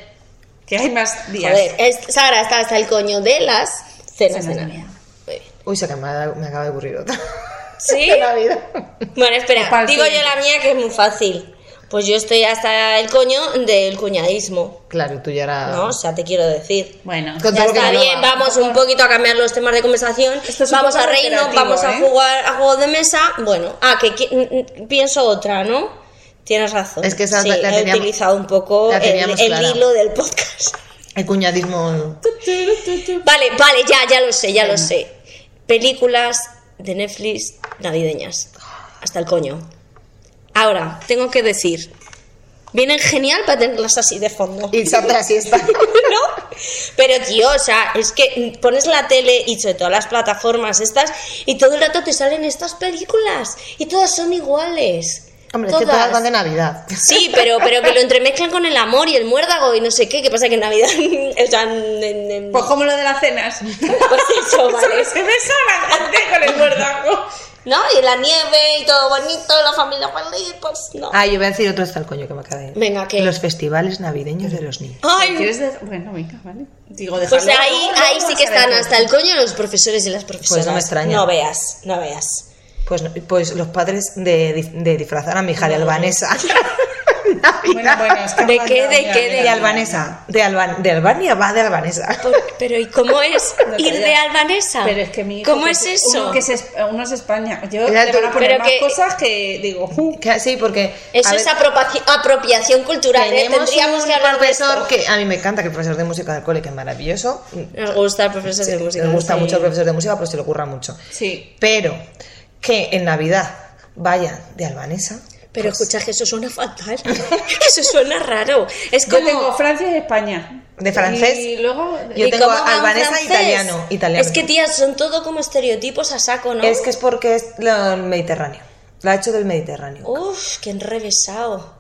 que hay más días. Joder, es, Sara está hasta el coño de las cenas Cenas de de Navidad. Navidad. Muy bien. Uy, se que me, ha dado- me acaba de ocurrir otra. ¿Sí? De Navidad. Bueno, Para espera, el digo yo siguiente. la mía que es muy fácil. Pues yo estoy hasta el coño del cuñadismo, Claro, tú ya era. ¿no? O sea, te quiero decir. Bueno, Con Ya todo lo que está engloba. bien, vamos un poquito a cambiar los temas de conversación. Esto es un vamos poco a reírnos, reiterativo, vamos a ¿eh? jugar a juegos de mesa. Bueno, ah, que qui- mm, mm, pienso otra, ¿no? Tienes razón. Es que esa sí, la- la he teníamos- utilizado un poco la el, teníamos el clara. hilo del podcast. El cuñadismo. Vale, vale, ya, ya lo sé, ya lo sé. Películas de Netflix navideñas. Hasta el coño. Ahora, tengo que decir, vienen genial para tenerlas así de fondo. Y salta la siesta. ¿no? Pero tío, o sea, es que pones la tele y sobre todas las plataformas estas y todo el rato te salen estas películas y todas son iguales. Hombre, es que todas van de Navidad. Sí, pero, pero que lo entremezclan con el amor y el muérdago y no sé qué, que pasa que en Navidad... o sea, en- en- en- Pues- pues como lo de las cenas. pues eso, vale. Se me sabe la gente con el muerdaco. ¿No? Y la nieve y todo bonito, la familia feliz, pues no. Ah, yo voy a decir otro hasta el coño que me acaba de Venga, ¿qué? Los festivales navideños de los niños. Ay, ¿Quieres de- Bueno, venga, vale. Digo, Pues déjalo, ahí, luego, ahí luego sí que vas a están ver. hasta el coño los profesores y las profesoras. Pues extraña. No veas, no veas. Pues, no- pues los padres de, dif- de disfrazar a mi hija de albanesa. Bueno, bueno, es que ¿De han qué, de mandado, qué, mira, de De mira, albanesa. De, Alban de Albania va de albanesa. Por- pero ¿y cómo es No, ir de calla. albanesa? Pero es que mi hijo ¿Cómo que es es- eso? Uno, que es, es- uno es España. Yo Era le tú- van a poner pero más que- cosas que digo. uh, Que- Sí, porque. Eso a es ver, apropaci- apropiación cultural. ¿eh? tenemos Tendríamos un que hablar de profesor esto. que a mí me encanta, que el profesor de música del cole, que es maravilloso. Nos gusta el profesor de música. me gusta sí. mucho el profesor de música, pero se le ocurra mucho. Sí. Pero que en Navidad vayan de albanesa. Pero escucha que eso suena fatal. eso suena raro. Es Yo como... tengo Francia y España. De francés. Y luego. Yo ¿y tengo cómo va un albanesa e francés? italiano, italiano. Es que, tías, son todo como estereotipos a saco, ¿no? Es que es porque es lo- el Mediterráneo. Lo ha hecho del Mediterráneo. Uf, qué enrevesado.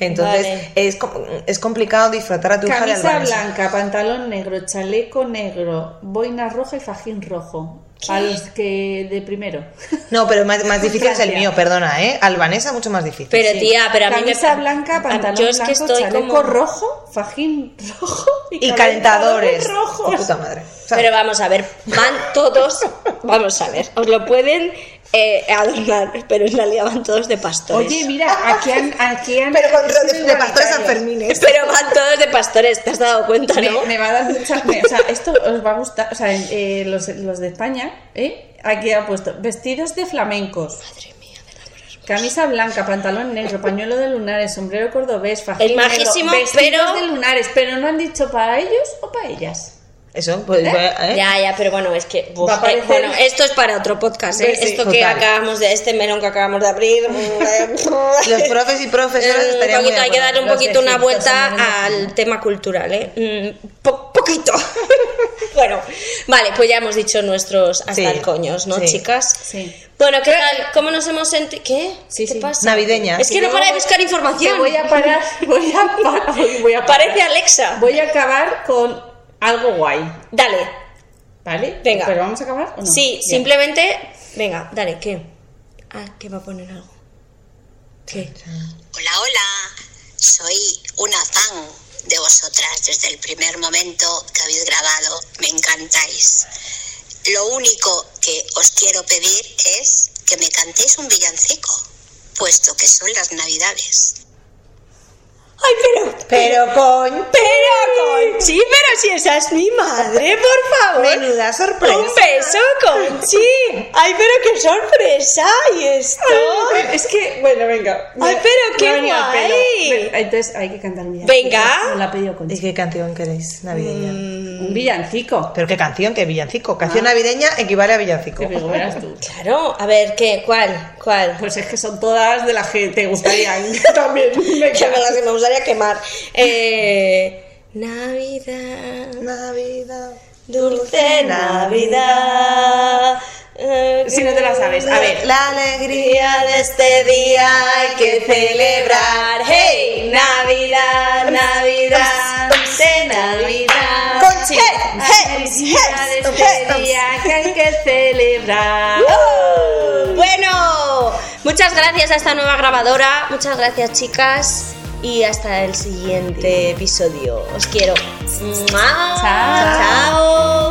Entonces Vale. es, com- es complicado disfrutar a tu hija de Camisa albanesa. blanca, pantalón negro, chaleco negro, boina roja y fajín rojo. ¿Qué? A los que de primero. No, pero más, más difícil es el Francia. mío, perdona, ¿eh? Albanesa mucho más difícil. Pero Sí. tía, pero a mí Camisa me... blanca, pantalón yo es que blanco, estoy chaleco como- rojo, fajín rojo y calentadores. rojos. Oh, puta madre. O sea, Pero vamos a ver, van todos, vamos a ver, os lo pueden eh, adornar, pero en realidad van todos de pastores. Oye, mira, aquí han... Aquí han Pero con es de, de pastores ¿eh? sanfermines. pero van todos de pastores, ¿te has dado cuenta, no? Me, me va a dar mucha... me- o sea, esto os va a gustar. O sea, eh, los, los de España, ¿eh? Aquí ha puesto vestidos de flamencos. Madre mía, del amor hermoso. Camisa blanca, pantalón negro, pañuelo de lunares, sombrero cordobés, fajín El majísimo, negro, vestidos pero- de lunares, pero no han dicho para ellos o para ellas. Eso, pues, ¿eh? Ya, ya, pero bueno, es que uf, Va a eh, parecer- bueno, esto es para otro podcast, ¿eh? Sí, sí, esto que total. acabamos de este melón que acabamos de abrir. eh, Los profes y profesoras Mm, estarían un poquito, muy de hay que acuerdo. darle un Los poquito una egipcios son menos vuelta al finos. tema cultural, ¿eh? Mm, po- poquito. bueno, vale, pues ya hemos dicho nuestros hasta Sí, el coños, ¿no, sí. chicas? Sí. Bueno, ¿qué tal? ¿Cómo nos hemos sentido? ¿Qué? Sí, ¿Qué sí. pasa? Navideñas. Es que no Yo- para de buscar información. Te voy a parar, voy a, pa- voy a parar. Parece Alexa. Voy a acabar con algo guay, Dale. ¿vale? Venga. ¿Pero vamos a acabar o no? Sí, Bien. simplemente. Venga, dale, ¿qué? Ah, que va a poner algo. ¿Qué? Hola, hola. Soy una fan de vosotras desde el primer momento que habéis grabado. Me encantáis. Lo único que os quiero pedir es que me cantéis un villancico, puesto que son las navidades. Ay, pero. Pero con Pero, Conchi, pero si esa es mi madre, por favor. menuda sorpresa. Un beso, Conchi. Ay, pero qué sorpresa. Y esto. Es que, bueno, venga. Ay, pero qué Me ha venido al guay. pelo. Ven, Entonces hay que cantar un villancico. Venga. Eh, Me lo ha pedido con ¿Y qué canción queréis navideña? Un villancico. Pero qué canción, qué villancico. Canción navideña equivale a villancico. Te digo, verás tú. Claro, a ver, ¿qué? ¿Cuál? ¿Cuál? Pues es que son todas de la gente, te gustaría también. Que me, las- me gustaría quemar. Eh, Navidad. Navidad. Dulce Navidad. Eh, Si no te la sabes, a ver. La alegría. Día de este día hay que celebrar. ¡Hey! Navidad, Navidad, de Navidad. Conchi. ¡Hey! ¡Hey! ¡Hey! que hay que celebrar. ¡Uh! Bueno, muchas gracias a esta nueva grabadora. Muchas gracias, chicas. Y hasta el siguiente episodio. Os quiero. ¡Mua! Chao. Chao.